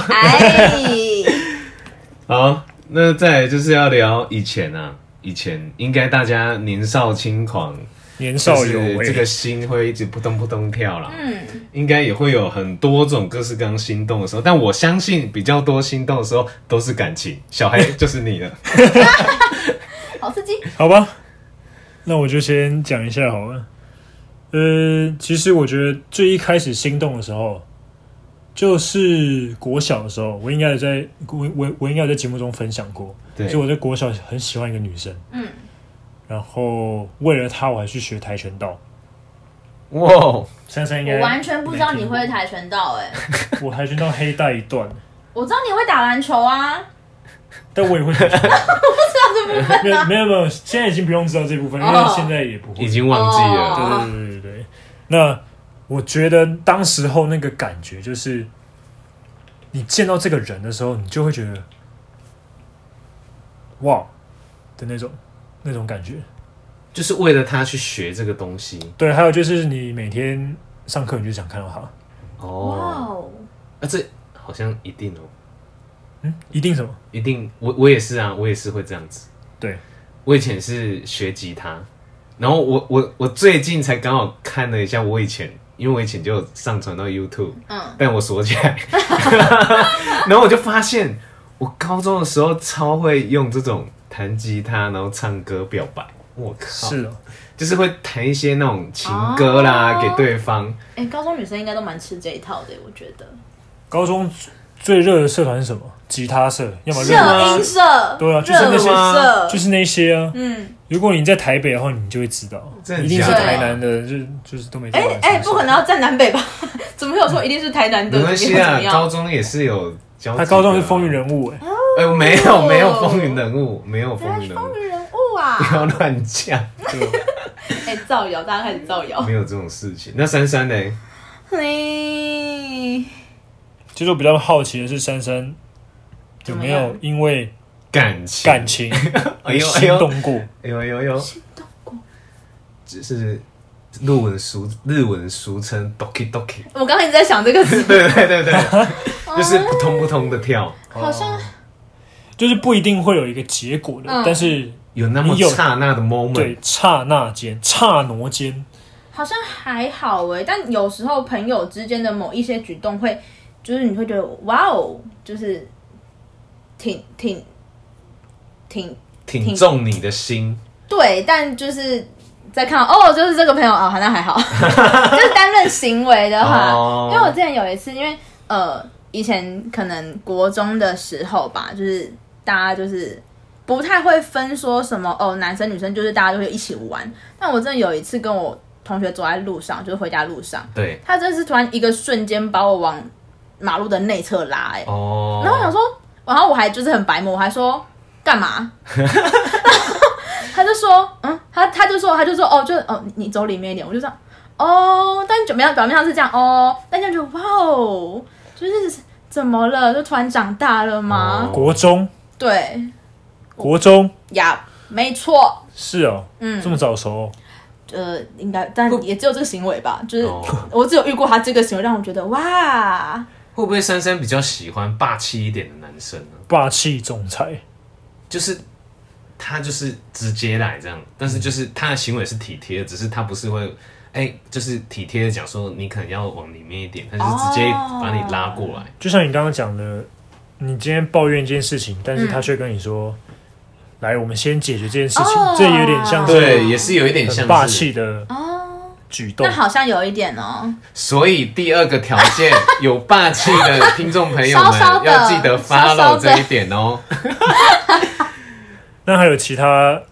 Speaker 3: 哎，
Speaker 1: 好，那再来就是要聊以前啊，以前应该大家年少轻狂，
Speaker 2: 年
Speaker 1: 就
Speaker 2: 少有
Speaker 1: 是
Speaker 2: 为，
Speaker 1: 这个心会一直扑通扑通跳啦。
Speaker 3: 嗯，
Speaker 1: 应该也会有很多种各式各样心动的时候，但我相信比较多心动的时候都是感情，小孩 就是你了。
Speaker 3: 好刺激。
Speaker 2: 好吧，那我就先讲一下好了。呃，其实我觉得最一开始心动的时候，就是国小的时候，我应该有在我我我应该有在节目中分享过，
Speaker 1: 对
Speaker 2: 就我在国小很喜欢一个女生，
Speaker 3: 嗯，
Speaker 2: 然后为了她我还去学跆拳道。
Speaker 1: 哇，哦
Speaker 2: 珊 珊应该
Speaker 3: 我完全不知道你
Speaker 2: 没
Speaker 3: 会
Speaker 2: 听过，
Speaker 3: 跆拳道哎、
Speaker 2: 我跆拳道黑带一 段，
Speaker 3: 我知道你会打篮球啊，
Speaker 2: 但我也会跆拳道，
Speaker 3: 这部分
Speaker 2: 没有没有没有，现在已经不用知道这部分，因为
Speaker 3: 哦
Speaker 2: 现在也不会
Speaker 1: 已。经忘记了。
Speaker 3: 哦
Speaker 2: 对对对对。那我觉得当时候那个感觉就是，你见到这个人的时候，你就会觉得，哇的那种那种感觉。
Speaker 1: 就是为了他去学这个东西
Speaker 2: 对，还有就是你每天上课你就想看到他，
Speaker 3: 哇
Speaker 1: 哦。
Speaker 3: 哦，
Speaker 1: 啊，这好像一定哦，
Speaker 2: 嗯，一定什么？
Speaker 1: 一定。我我也是啊，我也是会这样子。
Speaker 2: 对，
Speaker 1: 我以前是学吉他，然后我我我最近才刚好看了一下我以前，因为我以前就有上传到 YouTube，
Speaker 3: 嗯，
Speaker 1: 但我锁起 来，然后我就发现我高中的时候超会用这种弹吉他，然后唱歌表白。我靠，
Speaker 2: 是哦，
Speaker 1: 就是会弹一些那种情歌啦、
Speaker 3: 哦
Speaker 1: 给对方。
Speaker 3: 哎、高中女生应该都蛮吃这一套的，我觉得。
Speaker 2: 高中最热的社团是什么？吉他社，要么热
Speaker 1: 吗
Speaker 2: 舞，
Speaker 3: 摄影社，
Speaker 2: 对啊就是
Speaker 3: 热
Speaker 2: 那
Speaker 3: 舞
Speaker 2: 些
Speaker 3: 社，
Speaker 2: 就是那些啊。
Speaker 3: 嗯，
Speaker 2: 如果你在台北的话，你就会知道，
Speaker 1: 真的
Speaker 2: 一定是
Speaker 1: 假的
Speaker 2: 台南的，就就是都没
Speaker 3: 哎
Speaker 2: 在玩。
Speaker 3: 哎、不可能要站南北吧？ 怎么会有说一定是台南的？
Speaker 1: 没关系啊
Speaker 3: 怎么，样
Speaker 1: 高中也是有交集的啊。
Speaker 2: 他高中是风云人物哎、
Speaker 1: 哎、我没有
Speaker 3: 哦
Speaker 1: 没有风云人物，没有风云人物
Speaker 3: 哎风，云人物 啊！
Speaker 1: 不要乱讲，
Speaker 2: 对吧
Speaker 3: 哎、造谣，大家开始造谣。
Speaker 1: 没有这种事情。那珊珊呢？
Speaker 3: 嘿，
Speaker 2: 其实我比较好奇的是，珊珊有没
Speaker 3: 怎么
Speaker 2: 有
Speaker 3: 样
Speaker 2: 因为
Speaker 1: 感情
Speaker 2: 感情
Speaker 1: 哎
Speaker 2: 而
Speaker 1: 呦哎
Speaker 2: 心
Speaker 1: 呦
Speaker 2: 动过？
Speaker 1: 哎呦哎呦哎呦，
Speaker 3: 心动过。
Speaker 1: 就是日文俗日文俗称 doki doki，
Speaker 3: 我刚才一直在想这个词，
Speaker 1: 对对对对，就是扑通扑通的跳，
Speaker 2: 哦
Speaker 3: 好像
Speaker 2: 就是不一定会有一个结果的，
Speaker 3: 嗯
Speaker 2: 但是
Speaker 1: 有那么
Speaker 2: 你有
Speaker 1: 刹那的 moment，
Speaker 2: 对刹那间、刹那间，
Speaker 3: 好像还好哎、但有时候朋友之间的某一些举动会，就是你会觉得哇哦，就是挺挺挺
Speaker 1: 挺中你的心，
Speaker 3: 对，但就是在看到哦，就是这个朋友哦，那还好，就是单论行为的话，
Speaker 1: 哦
Speaker 3: 因为我之前有一次，因为呃，以前可能国中的时候吧，就是大家就是不太会分说什么哦，男生女生就是大家就会一起玩。但我真的有一次跟我同学走在路上，就是回家路上，
Speaker 1: 对
Speaker 3: 他真的是突然一个瞬间把我往马路的内侧拉、哎、
Speaker 1: 哦。
Speaker 3: 然后我想说，然后我还就是很白目，我还说干嘛？ 然后他就说，嗯，他他就说，他就说，哦，就哦，你你走里面一点，我就这样，哦，但表面上表面上是这样，哦，但这样就哇哦，就是怎么了？就突然长大了吗？
Speaker 1: 哦
Speaker 2: 国中
Speaker 3: 对
Speaker 2: 国中
Speaker 3: 呀，没错，
Speaker 2: 是哦，
Speaker 3: 嗯
Speaker 2: 这么早熟哦、
Speaker 3: 呃，应该，但也只有这个行为吧，就是、
Speaker 1: 哦
Speaker 3: 我只有遇过他这个行为，让我觉得哇，
Speaker 1: 会不会珊珊比较喜欢霸气一点的男生呢？
Speaker 2: 霸气总裁，
Speaker 1: 就是他就是直接来这样，但
Speaker 2: 嗯
Speaker 1: 是就是他的行为是体贴的，只是他不是会哎、就是体贴的讲说你可能要往里面一点，他就是直接
Speaker 3: 哦
Speaker 1: 把你拉过来。
Speaker 2: 就像你刚刚讲的，你今天抱怨一件事情，但是
Speaker 3: 嗯
Speaker 2: 他却跟你说。来，我们先解决这件事情，
Speaker 3: 哦
Speaker 2: 这有点像是
Speaker 1: 对，也是有一点像
Speaker 2: 很
Speaker 1: 是
Speaker 2: 霸。气的
Speaker 3: 哦，
Speaker 2: 举动
Speaker 3: 那。好像有一点哦，
Speaker 1: 所以第二个条件，有霸气的听众朋友
Speaker 3: 稍
Speaker 1: 们
Speaker 3: 稍的
Speaker 1: 要记得
Speaker 3: 稍稍
Speaker 1: follow
Speaker 3: 的
Speaker 1: 这一点哦。
Speaker 2: 那还有其他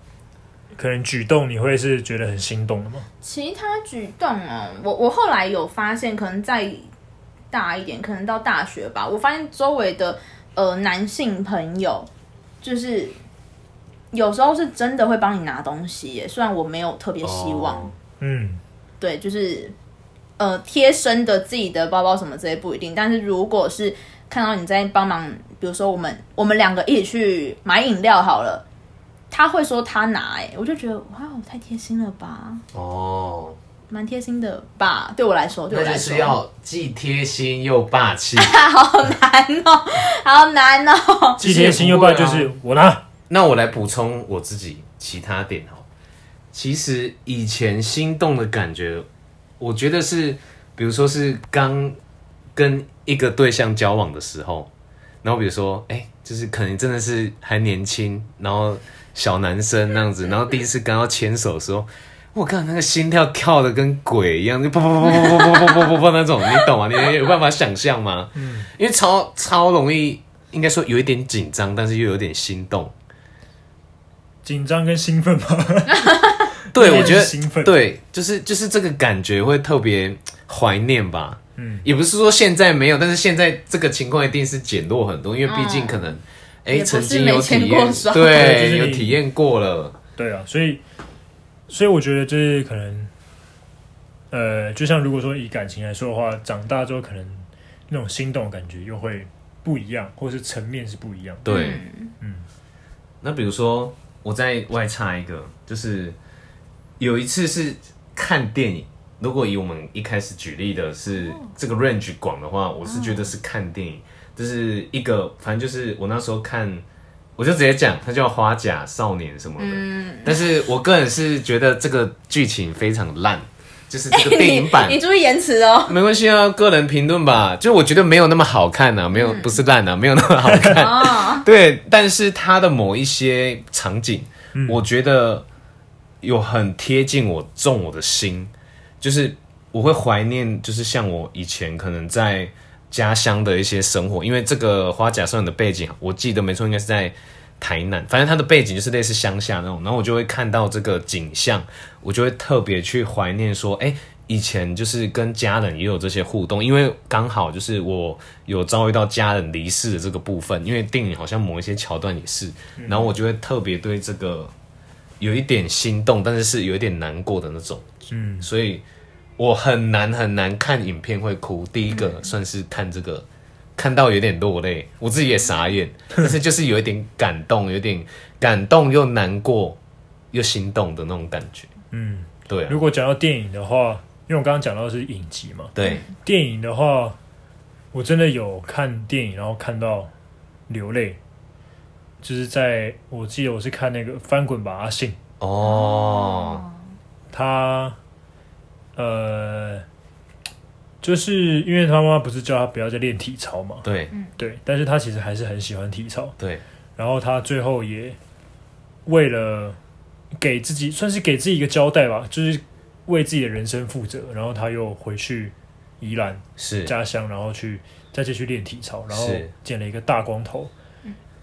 Speaker 2: 可能举动，你会是觉得很心动的吗？
Speaker 3: 其他举动哦，我我后来有发现，可能再大一点，可能到大学吧，我发现周围的呃男性朋友，就是有时候是真的会帮你拿东西耶，虽然我没有特别希望，
Speaker 1: 哦
Speaker 2: 嗯，
Speaker 3: 对，就是呃贴身的自己的包包什么这些不一定，但是如果是看到你在帮忙，比如说我们我们两个一起去买饮料好了，他会说他拿，哎，我就觉得哇，哦，太贴心了吧。
Speaker 1: 哦，
Speaker 3: 蛮贴心的吧？对我来说，对我
Speaker 1: 那
Speaker 3: 来
Speaker 1: 就
Speaker 3: 说
Speaker 1: 是要既贴心又霸 气。
Speaker 3: 好难哦， 好难哦。
Speaker 2: 既贴心又不然就是我拿，
Speaker 1: 那我来补充我自己其他点哦，其实以前心动的感觉，我觉得是，比如说是刚跟一个对象交往的时候，然后比如说，哎、就是可能真的是还年轻，然后小男生那样子，然后第一次刚要牵手的时候，我靠，那个心跳跳的跟鬼一样，就砰砰砰砰砰砰砰砰砰砰那种，你懂吗？你有办法想象吗？嗯，因为超超容易，应该说有一点紧张，但是又有点心动。
Speaker 2: 紧张跟兴奋吧。
Speaker 1: 对，
Speaker 2: 应该
Speaker 1: 我觉得
Speaker 2: 是兴奋
Speaker 1: 对，就是就是这个感觉会特别怀念吧。嗯，也不是说现在没有，但是现在这个情况一定是减弱很多，因为毕竟可能哎、
Speaker 3: 也不是
Speaker 1: 曾经有体
Speaker 3: 没牵
Speaker 1: 验
Speaker 3: 过手，
Speaker 2: 对就是
Speaker 1: 对，
Speaker 2: 你
Speaker 1: 有体验过了。
Speaker 2: 对啊，所以所以我觉得就是可能，呃，就像如果说以感情来说的话，长大之后可能那种心动的感觉又会不一样，或是层面是不一样的。
Speaker 1: 对，
Speaker 3: 嗯
Speaker 1: 那比如说我在外插一个，就是有一次是看电影。如果以我们一开始举例的是
Speaker 3: 哦
Speaker 1: 这个 range 广的话，我是觉得是看电影，就是一个反正就是我那时候看，我就直接讲，它叫《花甲少年》什么的。
Speaker 3: 嗯，
Speaker 1: 但是我个人是觉得这个剧情非常烂，就是 这个电影版
Speaker 3: 你你注意言辞哦。
Speaker 1: 没关系啊，个人评论吧，就我觉得没有那么好看啊，没有不是烂啊，没有那么好看。
Speaker 3: 啊，
Speaker 1: 对，但是它的某一些场景，我觉得有很贴近我中我的心，就是我会怀念，就是像我以前可能在家乡的一些生活，因为这个花甲少女的背景，我记得没错，应该是在台南，反正它的背景就是类似乡下那种，然后我就会看到这个景象，我就会特别去怀念说，哎、以前就是跟家人也有这些互动，因为刚好就是我有遭遇到家人离世的这个部分，因为电影好像某一些桥段也是，然后我就会特别对这个有一点心动，但是是有一点难过的那种，嗯，所以我很难很难看影片会哭。第一
Speaker 2: 嗯
Speaker 1: 个算是看这个，看到有点落泪，我自己也傻眼， 但是就是有一点感动，有点感动又难过又心动的那种感觉，
Speaker 2: 嗯，
Speaker 1: 对啊
Speaker 2: 如，果讲到电影的话，因为我刚刚讲到的是影集嘛，
Speaker 1: 对，
Speaker 2: 电影的话，我真的有看电影，然后看到流泪，就是在我记得我是看那个《翻滚吧，阿信》。
Speaker 1: 哦，
Speaker 2: 他呃，就是因为他妈妈不是叫他不要再练体操嘛，
Speaker 1: 对
Speaker 2: 对，但是他其实还是很喜欢体操，
Speaker 1: 对，
Speaker 2: 然后他最后也为了给自己算是给自己一个交代吧，就是为自己的人生负责，然后他又回去宜兰
Speaker 1: 是，
Speaker 2: 家乡，然后去再继续练体操，然后
Speaker 1: 是
Speaker 2: 剪了一个大光头，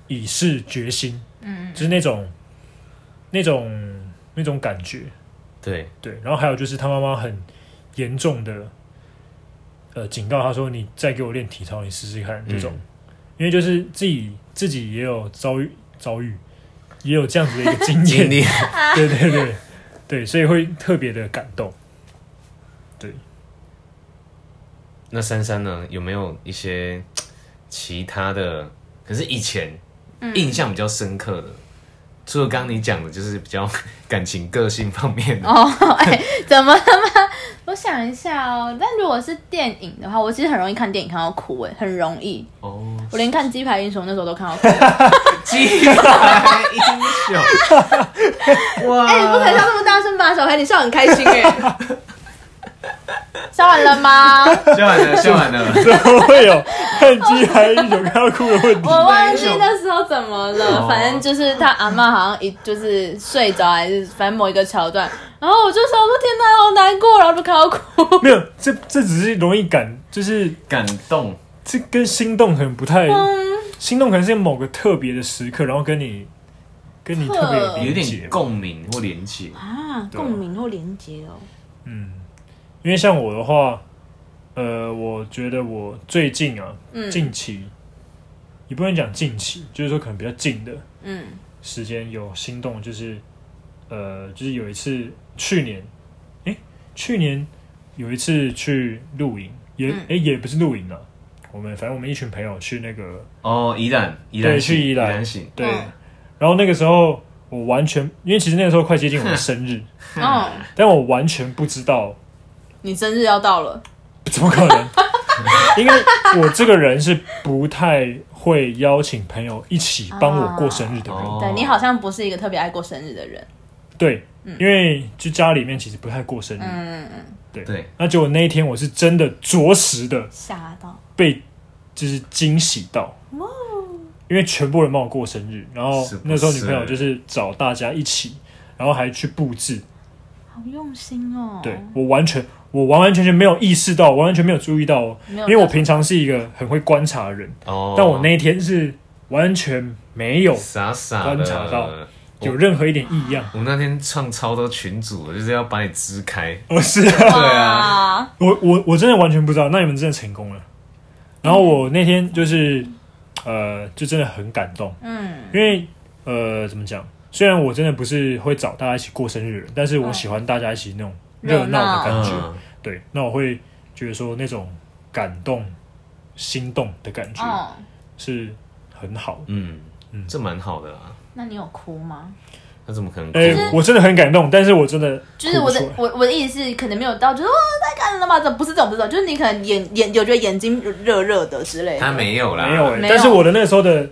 Speaker 2: 以示决心，嗯，就是那种那种那种感觉，
Speaker 1: 对
Speaker 2: 对，然后还有就是他妈妈很严重的呃警告他说：“你再给我练体操，你试试看。”这种，
Speaker 1: 嗯
Speaker 2: 因为就是自己自己也有遭遇遭遇，也有这样子的一个经
Speaker 1: 经
Speaker 2: 验，
Speaker 1: 历，
Speaker 2: 对对对对，所以会特别的感动。
Speaker 1: 那珊珊呢，有没有一些其他的？可是以前
Speaker 3: 嗯
Speaker 1: 印象比较深刻的，除了刚刚你讲的，就是比较 感情、个性方面的。
Speaker 3: 哦，哎、怎么了吗？我想一下哦，但如果是电影的话，我其实很容易看电影看到哭、哎，很容易。
Speaker 1: 哦，
Speaker 3: 我连看《鸡排英雄》那时候都看到 哭。
Speaker 1: 鸡排英雄，哇！
Speaker 3: 哎、你不可以笑那么大声吧，小黑，你笑很开心哎、 笑完了吗？
Speaker 1: 笑完 了，笑完了。
Speaker 2: 怎么会有看鸡排英雄看到哭的问题
Speaker 3: 我？忘记那时候怎么了，反正就是他阿嬷好像一就是睡着还是反正某一个桥段，然后我就想说天哪，好难过，然后就看到哭。
Speaker 2: 没有，这这只是容易感，就是
Speaker 1: 感动，
Speaker 2: 这跟心动可能不太，
Speaker 3: 嗯，
Speaker 2: 心动可能是某个特别的时刻，然后跟你跟你特别
Speaker 3: 特
Speaker 1: 有
Speaker 2: 连结
Speaker 1: 点共鸣或连结。
Speaker 3: 啊，
Speaker 2: 对啊
Speaker 3: 共鸣或连接哦，
Speaker 2: 嗯因为像我的话，呃，我觉得我最近啊，
Speaker 3: 嗯
Speaker 2: 近期也不能讲近期，就是说可能比较近的
Speaker 3: 嗯
Speaker 2: 时间有心动，就是呃，就是有一次去年，诶，去年有一次去露营，也诶
Speaker 3: 嗯
Speaker 2: 也不是露营啊，我们反正我们一群朋友去那个，
Speaker 1: 哦，宜兰，宜兰
Speaker 2: 对
Speaker 1: 行，
Speaker 2: 去宜兰
Speaker 1: 兰行。
Speaker 2: 对，
Speaker 3: 嗯
Speaker 2: 然后那个时候我完全，因为其实那个时候快接近我的生 日，
Speaker 3: 哦，
Speaker 2: 但我完全不知道
Speaker 3: 你生日要到了，
Speaker 2: 怎么可能？因为我这个人是不太会邀请朋友一起帮我过生日的人，
Speaker 1: 哦
Speaker 3: 对你好像不是一个特别爱过生日的人，
Speaker 2: 对，因为就家里面其实不太过生日，
Speaker 3: 嗯嗯，
Speaker 2: 对
Speaker 1: 对。
Speaker 2: 那结果那一天我是真的着实的
Speaker 3: 吓到，
Speaker 2: 被就是惊喜到，
Speaker 3: 哦
Speaker 2: 因为全部人帮我过生日，然后
Speaker 1: 是不是
Speaker 2: 那时候女朋友就是找大家一起，然后还去布置，
Speaker 3: 好用心哦。
Speaker 2: 对我完全我完完全全没有意识到，完完全没有注意到哦，
Speaker 3: 没有
Speaker 2: 因为我平常是一个很会观察的人，
Speaker 1: 哦，
Speaker 2: 但我那一天是完全没有
Speaker 1: 傻傻
Speaker 2: 观
Speaker 1: 的
Speaker 2: 察到
Speaker 1: 我
Speaker 2: 有任何一点异样，
Speaker 1: 我们那天创超多群组，就是要把你支开。
Speaker 2: 哦是 啊。
Speaker 1: 对啊，
Speaker 2: 我我我真的完全不知道，那你们真的成功了。然后我那天就是，呃，就真的很感动，
Speaker 3: 嗯，
Speaker 2: 因为呃，怎么讲？虽然我真的不是会找大家一起过生日的人，但是我喜欢大家一起那种热闹的感觉。
Speaker 1: 嗯，
Speaker 2: 对，那我会觉得说那种感动、心动的感觉
Speaker 3: 哦，
Speaker 2: 是很好的。
Speaker 1: 嗯，这蛮好的啦。
Speaker 3: 那你有哭吗？
Speaker 1: 那怎么可能哭？
Speaker 2: 哎、我真的很感动，但是我真的
Speaker 3: 就是我的
Speaker 2: 哭不出来
Speaker 3: 我我的意思是，可能没有到，就是哦太感人了吧？这不是这种，不是这种，就是你可能眼眼有觉得眼睛热热的之类的。
Speaker 1: 他没有啦，
Speaker 2: 没有哎、
Speaker 3: 没有
Speaker 2: 但是我的那时候的，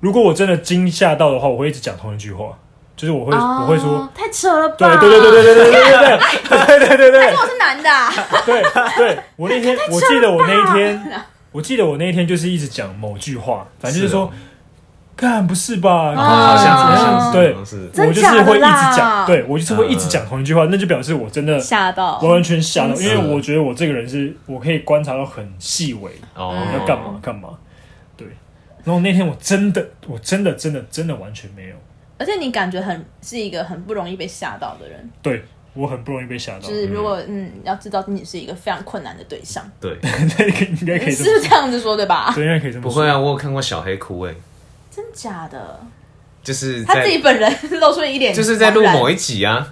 Speaker 2: 如果我真的惊吓到的话，我会一直讲同一句话，就是我会、
Speaker 3: 哦
Speaker 2: 我会说。
Speaker 3: 太扯了吧？
Speaker 2: 对对对对对对对对对对对对对
Speaker 3: 我是男的啊，
Speaker 2: 对对，我那天我记得我那一天，我记得我那一天就是一直讲某句话，反正就是说，干不是吧？
Speaker 1: 好像是好像
Speaker 2: 啊
Speaker 1: 是
Speaker 2: 对
Speaker 1: 好像是，
Speaker 2: 我就是会一直讲，对我就是会一直
Speaker 1: 嗯
Speaker 2: 讲同一句话，那就表示我真的
Speaker 3: 吓到
Speaker 2: 完完全吓到，因为
Speaker 1: 嗯
Speaker 2: 我觉得我这个人是我可以观察到很细微
Speaker 1: 哦，
Speaker 2: 要干嘛干嘛，对。然后那天我真的，我真的真的真的完全没有，
Speaker 3: 而且你感觉很是一个很不容易被吓到的人，
Speaker 2: 对我很不容易被吓到
Speaker 3: 就，是如果嗯，要知道你是一个非常困难的对象，
Speaker 1: 对，
Speaker 2: 应该可以这
Speaker 3: 是不
Speaker 2: 么
Speaker 3: 是这样子说对吧？
Speaker 2: 对，应该可以这么
Speaker 1: 不
Speaker 2: 说。
Speaker 1: 会啊，我有看过小黑哭哎，
Speaker 3: 真假的，
Speaker 1: 就是
Speaker 3: 他
Speaker 1: 在
Speaker 3: 自己本人露出了一脸
Speaker 1: 就是在录某
Speaker 3: 一，
Speaker 1: 一集啊，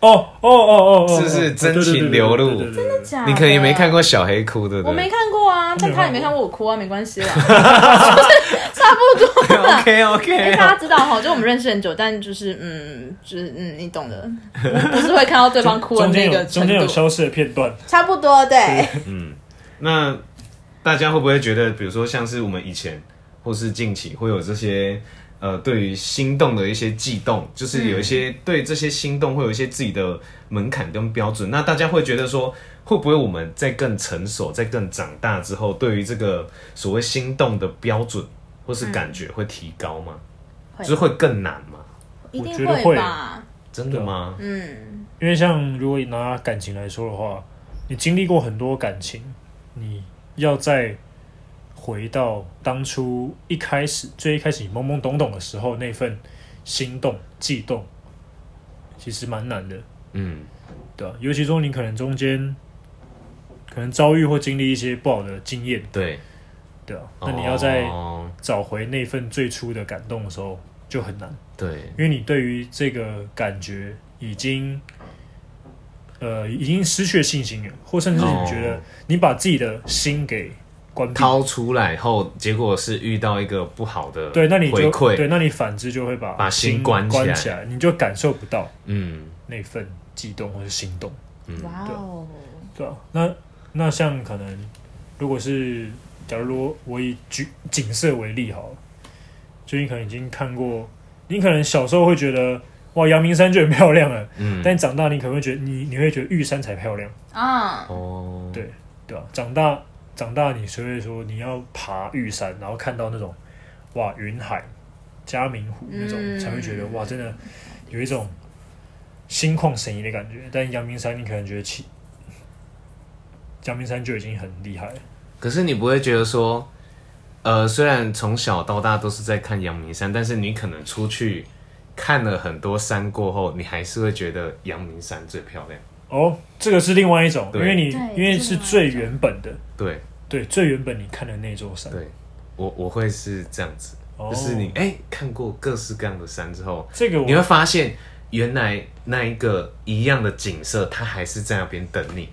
Speaker 2: 哦哦哦哦哦，
Speaker 1: 是不是
Speaker 2: 哦
Speaker 1: 真情流露？
Speaker 2: 对对对对对对对对
Speaker 3: 假的
Speaker 1: 你可能也没看，过小黑哭，对不对？
Speaker 3: 我没看过啊，但他也没看过我哭啊，没关系啦，就是差不多 啦。
Speaker 1: OK
Speaker 3: 因
Speaker 1: OK，
Speaker 3: 为大家知道哈，就我们认识很久，但就是嗯，就是嗯，你懂的，不是会看到对方哭的
Speaker 2: 中间
Speaker 3: 那个
Speaker 2: 有
Speaker 3: 程
Speaker 2: 中间有
Speaker 3: 度，
Speaker 2: 消失的片段，
Speaker 3: 差不多对。
Speaker 1: 那大家会不会觉得，比如说像是我们以前或是近期会有这些呃，对于心动的一些悸动，就是有一些、对这些心动会有一些自己的门槛跟标准。那大家会觉得说，会不会我们在更成熟、在更长大之后，对于这个所谓心动的标准或是感觉会提高吗？
Speaker 3: 会
Speaker 1: 就是会更难吗？
Speaker 3: 一定
Speaker 2: 我觉得会
Speaker 3: 吧？
Speaker 1: 真
Speaker 2: 啊
Speaker 1: 的吗？
Speaker 3: 嗯，
Speaker 2: 因为像如果你拿感情来说的话，你经历过很多感情，你要再回到当初一开始最一开始你懵懵懂懂的时候那份心动悸动，其实蛮难的，
Speaker 1: 嗯，
Speaker 2: 对吧、尤其说你可能中间可能遭遇或经历一些不好的经验，
Speaker 1: 对。
Speaker 2: 对吧、那你要在
Speaker 1: 哦、
Speaker 2: 找回那份最初的感动的时候就很难，
Speaker 1: 对，
Speaker 2: 因为你对于这个感觉已经呃已经失去了信心了，或甚至是你觉得
Speaker 1: 哦
Speaker 2: 你把自己的心给关闭，
Speaker 1: 掏出来后，结果是遇到一个不好的
Speaker 2: 对，那你
Speaker 1: 回
Speaker 2: 就
Speaker 1: 馈，
Speaker 2: 对，那你反之就会把
Speaker 1: 把心
Speaker 2: 心
Speaker 1: 关起来
Speaker 2: 关起来，你就感受不到
Speaker 1: 嗯，
Speaker 2: 那份悸动或是心动，
Speaker 1: 嗯
Speaker 3: 哇哦，
Speaker 2: 对吧、那那像可能如果是假如我以举景色为例好了，就你可能已经看过，你可能小时候会觉得哇阳明山就很漂亮了。
Speaker 1: 嗯，
Speaker 2: 但长大你可能会觉得你你会觉得玉山才漂亮，
Speaker 3: 啊，
Speaker 1: 哦，
Speaker 2: 对对吧？长大长大你所以说你要爬玉山，然后看到那种哇云海、嘉明湖那种，
Speaker 3: 嗯
Speaker 2: 才会觉得哇真的有一种心旷神怡的感觉。但阳明山你可能觉得其阳明山就已经很厉害了，
Speaker 1: 可是你不会觉得说，呃，虽然从小到大都是在看阳明山，但是你可能出去看了很多山过后，你还是会觉得阳明山最漂亮。
Speaker 2: 哦，这个是另外一种，因
Speaker 1: 对
Speaker 2: 为你
Speaker 3: 对
Speaker 2: 因为
Speaker 3: 是
Speaker 2: 是
Speaker 3: 另外一
Speaker 2: 最
Speaker 3: 种
Speaker 2: 原本的，
Speaker 1: 对，
Speaker 2: 对最原本你看的那座山，
Speaker 1: 对我我会是这样子，
Speaker 2: 哦
Speaker 1: 就是你哎、看过各式各样的山之后，
Speaker 2: 这个我
Speaker 1: 你会发现原来那一个一样的景色，它还是在那边等你，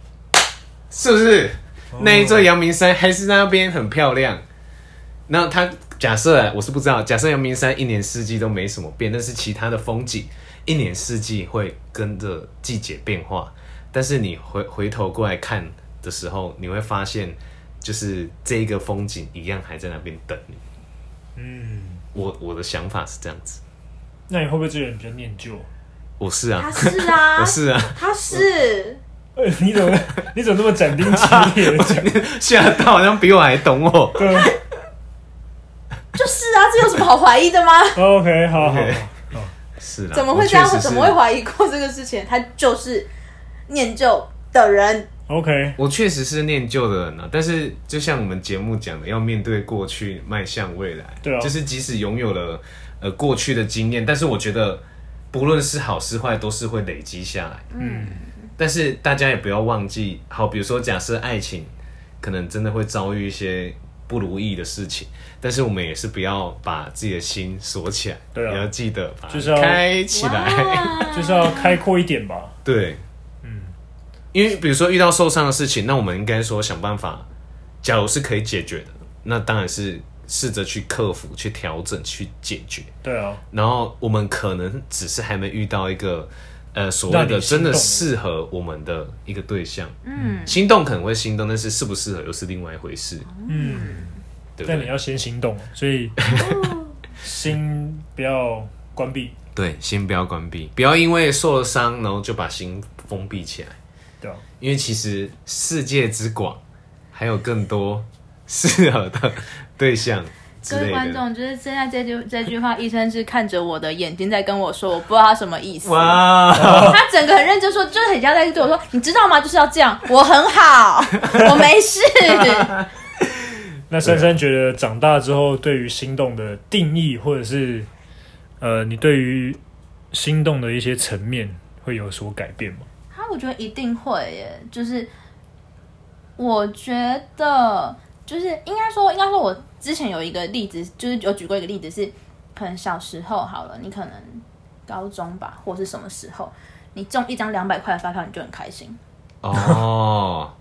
Speaker 1: 是不是？那一座阳明山还是在那边很漂亮。那它假设啊我是不知道，假设阳明山一年四季都没什么变，但是其他的风景一年四季会跟着季节变化。但是你回回头过来看的时候，你会发现，就是这个风景一样还在那边等你。
Speaker 2: 嗯，
Speaker 1: 我我的想法是这样子。
Speaker 2: 那你会不会这个人比较念旧？
Speaker 1: 我是啊
Speaker 3: 他，是啊
Speaker 1: 我，是啊，
Speaker 3: 他是，
Speaker 2: 呃你怎么 你怎么那么斩钉截铁的讲？
Speaker 1: 吓到好像比我还懂我。
Speaker 2: 对啊
Speaker 3: 就是啊，这有什么好怀 疑的吗？
Speaker 2: 哦，OK，好好
Speaker 1: OK
Speaker 2: 好
Speaker 1: 是啊，
Speaker 3: 怎么
Speaker 1: 我
Speaker 3: 会
Speaker 1: 确
Speaker 3: 这样？
Speaker 1: 实是
Speaker 3: 怎么会怀疑过这个事情？他就是念旧的人，
Speaker 2: ，OK，
Speaker 1: 我确实是念旧的人啊，但是就像我们节目讲的，要面对过去，迈向未来。
Speaker 2: 对啊
Speaker 1: 就是即使拥有了呃过去的经验，但是我觉得不论是好是坏，都是会累积下来。嗯，但是大家也不要忘记，好，比如说假设爱情可能真的会遭遇一些不如意的事情，但是我们也是不要把自己的心锁起来，
Speaker 2: 对啊
Speaker 1: 也要记得把它
Speaker 2: 就是要
Speaker 1: 开起 来。
Speaker 3: 哇
Speaker 2: 就是要开阔一点吧。
Speaker 1: 对，嗯，因为比如说遇到受伤的事情，那我们应该说想办法，假如是可以解决的，那当然是试着去克服、去调整、去解决。
Speaker 2: 对啊，
Speaker 1: 然后我们可能只是还没遇到一个呃所谓
Speaker 2: 让
Speaker 1: 的
Speaker 2: 你心
Speaker 1: 真
Speaker 2: 动
Speaker 1: 的
Speaker 2: 的
Speaker 1: 适合我们的一个对象。嗯，心动可能会心动，但是适不适合又是另外一回事，
Speaker 2: 嗯，
Speaker 1: 对不
Speaker 2: 但你
Speaker 1: 对？
Speaker 2: 要先行动，所以
Speaker 3: 哦
Speaker 2: 心不要关闭，
Speaker 1: 对，先不要关闭，不要因为受了伤，然后就把心封闭起来。
Speaker 2: 对啊，
Speaker 1: 因为其实世界之广，还有更多适合的对象 之
Speaker 3: 各位
Speaker 1: 类
Speaker 3: 观
Speaker 1: 的。
Speaker 3: 众，就是现在这句这句话，医生是看着我的眼睛在跟我说，我不知道他什么意思。
Speaker 1: 哇，
Speaker 3: 他整个很认真说，就是很像在对我说，你知道吗？就是要这样，我很 好，我没事。
Speaker 1: 啊
Speaker 2: 那珊珊觉得长大之后，对于心动的定义，或者是呃，你对于心动的一些层面会有所改变吗？
Speaker 3: 他我觉得一定会耶，就是我觉得就是应该说，应该说我之前有一个例子，就是有举过一个例子是，可能小时候好了，你可能高中吧，或是什么时候，你中一张两百块的发票，你就很 开心。
Speaker 1: 哦，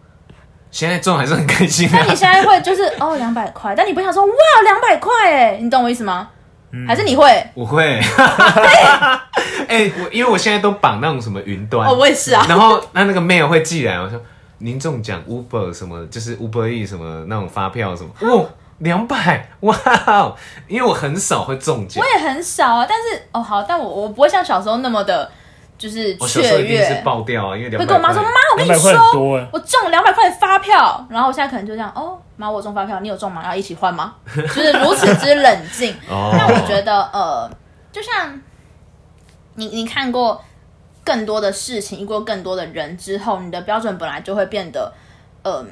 Speaker 1: 现在中还是很开心
Speaker 3: 那你
Speaker 1: 啊。
Speaker 3: 现在会就是哦两百块，但你不想说哇两百块哎，你懂我意思吗？
Speaker 1: 嗯
Speaker 3: 还是你会？
Speaker 1: 我 会，哎、我因为我现在都绑那种什么云端，
Speaker 3: 哦，我也是啊。
Speaker 1: 然后那那个 mail 会寄来，我说您中奖 Uber 什么，就是 Uber E 什么那种发票什
Speaker 3: 啊
Speaker 1: 么，哦，两百，哇哦，因为我很少会中奖
Speaker 3: 我，也很少啊，但是哦好，但我我不会像小时候那么的，就是
Speaker 1: 我小时候
Speaker 3: 雀
Speaker 1: 一定是
Speaker 3: 跃，
Speaker 1: 爆掉啊，因为两
Speaker 3: 会
Speaker 1: 百。
Speaker 3: 跟我妈说妈，我跟
Speaker 2: 两
Speaker 3: 你
Speaker 2: 百块很多
Speaker 3: 说，
Speaker 2: 哎，
Speaker 3: 我中两百块的发票，然后我现在可能就这样哦，妈我中发票，你有中吗？要一起换吗？就是如此之冷静。
Speaker 1: 哦，
Speaker 3: 但我觉得呃，就像你你看过更多的事情，遇过更多的人之后，你的标准本来就会变得嗯、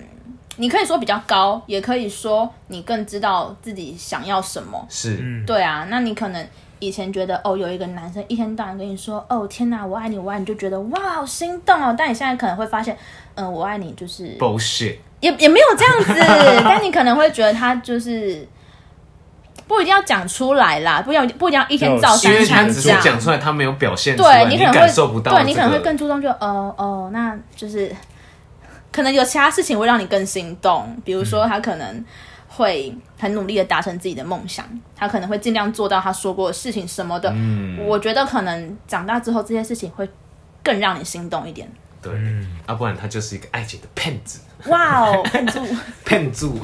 Speaker 3: 你可以说比较高，也可以说你更知道自己想要什么。
Speaker 1: 是，
Speaker 2: 嗯，
Speaker 3: 对啊，那你可能以前觉得哦，有一个男生一天到晚跟你说哦天哪，我爱你，我爱你，就觉得哇好心动哦。但你现在可能会发现，嗯、我爱你就是
Speaker 1: bullshit。
Speaker 3: 也也没有这样子， 但你可能会觉得他就是不一定要讲出来啦，不要不一定要一天照
Speaker 1: 因
Speaker 3: 三
Speaker 1: 为他
Speaker 3: 餐
Speaker 1: 只
Speaker 3: 这
Speaker 1: 是
Speaker 3: 样。
Speaker 1: 讲出来，他没有表现出来，
Speaker 3: 对
Speaker 1: 你
Speaker 3: 可能会
Speaker 1: 感受不到、这个
Speaker 3: 对你可能会更注重就，哦哦，那就是可能有其他事情会让你更心动，比如
Speaker 1: 嗯
Speaker 3: 说他可能会很努力的达成自己的梦想，他可能会尽量做到他说过的事情什么的。嗯，我觉得可能长大之后这些事情会更让你心动一点。
Speaker 1: 对，要、不然他就是一个爱情的骗子，
Speaker 3: 哇哦，很住，
Speaker 1: 骗 住。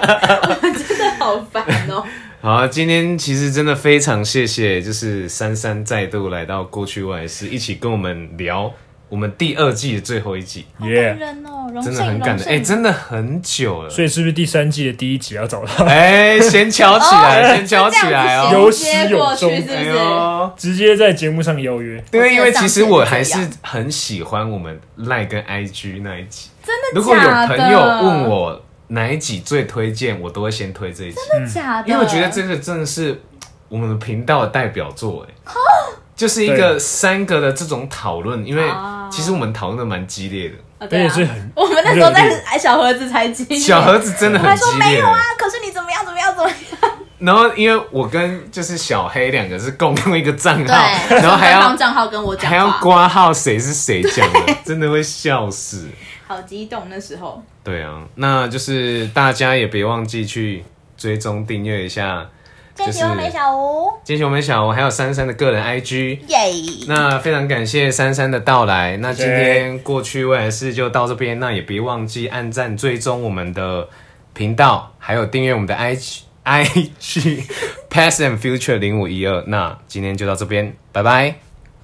Speaker 3: 真的 好烦哦。
Speaker 1: 好，啊今天其实真的非常谢谢，就是珊珊再度来到过去外事，一起跟我们聊我们第二季的最后一集，
Speaker 3: 好感
Speaker 2: Yeah
Speaker 3: 人哦，荣
Speaker 1: 真
Speaker 3: 幸
Speaker 1: 的很感
Speaker 3: 荣
Speaker 1: 动。
Speaker 3: 幸。
Speaker 1: 哎、真的很久了。
Speaker 2: 所以是不是第三季的第一集要找 他？
Speaker 1: 哎、先瞧
Speaker 3: 哦
Speaker 1: 起来，先瞧起来
Speaker 2: 是
Speaker 1: 哦。
Speaker 2: 有
Speaker 3: 接
Speaker 2: 始有
Speaker 3: 过去
Speaker 2: 终
Speaker 3: 是不
Speaker 1: 哎
Speaker 3: 是？
Speaker 1: 呦，
Speaker 2: 直接在节目上邀约，
Speaker 1: 对，
Speaker 3: 记得
Speaker 1: 因为其实我还
Speaker 3: 上次
Speaker 1: 是
Speaker 3: 也
Speaker 1: 很喜欢我们赖跟 IG 那一集。
Speaker 3: 真的
Speaker 1: 如果有
Speaker 3: 假的
Speaker 1: 朋友问我哪一集最推荐，我都会先推这一集，
Speaker 3: 真的假的，
Speaker 1: 因为我觉得这个真的是我们的频道的代表作，哎，
Speaker 3: 哦
Speaker 1: 就是一个
Speaker 2: 对
Speaker 1: 三个的这种讨论，因为
Speaker 3: 啊
Speaker 1: 其实我们讨论的蛮激烈的，
Speaker 3: 哦
Speaker 2: 而
Speaker 3: 对
Speaker 2: 且
Speaker 3: 啊
Speaker 2: 是很
Speaker 3: 我们那时候在哎小盒子才进，
Speaker 1: 小盒子真的
Speaker 3: 我还
Speaker 1: 很
Speaker 3: 说
Speaker 1: 激
Speaker 3: 没
Speaker 1: 烈
Speaker 3: 有啊
Speaker 1: 的。，
Speaker 3: 可是你怎么样怎么样怎么 样？
Speaker 1: 然后因为我跟就是小黑两个是共用一个账号，
Speaker 3: 对，
Speaker 1: 然后还
Speaker 3: 官方
Speaker 1: 要
Speaker 3: 账号跟我讲
Speaker 1: 还要
Speaker 3: 话，
Speaker 1: 挂号谁是谁讲的，真的会笑死。
Speaker 3: 好激动那时候。
Speaker 1: 对啊，那就是大家也别忘记去追踪订阅一下。就是
Speaker 3: 小吴，
Speaker 1: 今天我们小吴还有珊珊的个人 IG。
Speaker 3: 耶！
Speaker 1: 那非常感谢珊珊的到来。那今天过去未来事就到这边，那也别忘记按赞、追踪我们的频道，还有订阅我们的 IG IG Past and Future 零五一二。那今天就到这边，拜拜。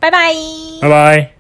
Speaker 4: 拜拜。
Speaker 3: 拜拜。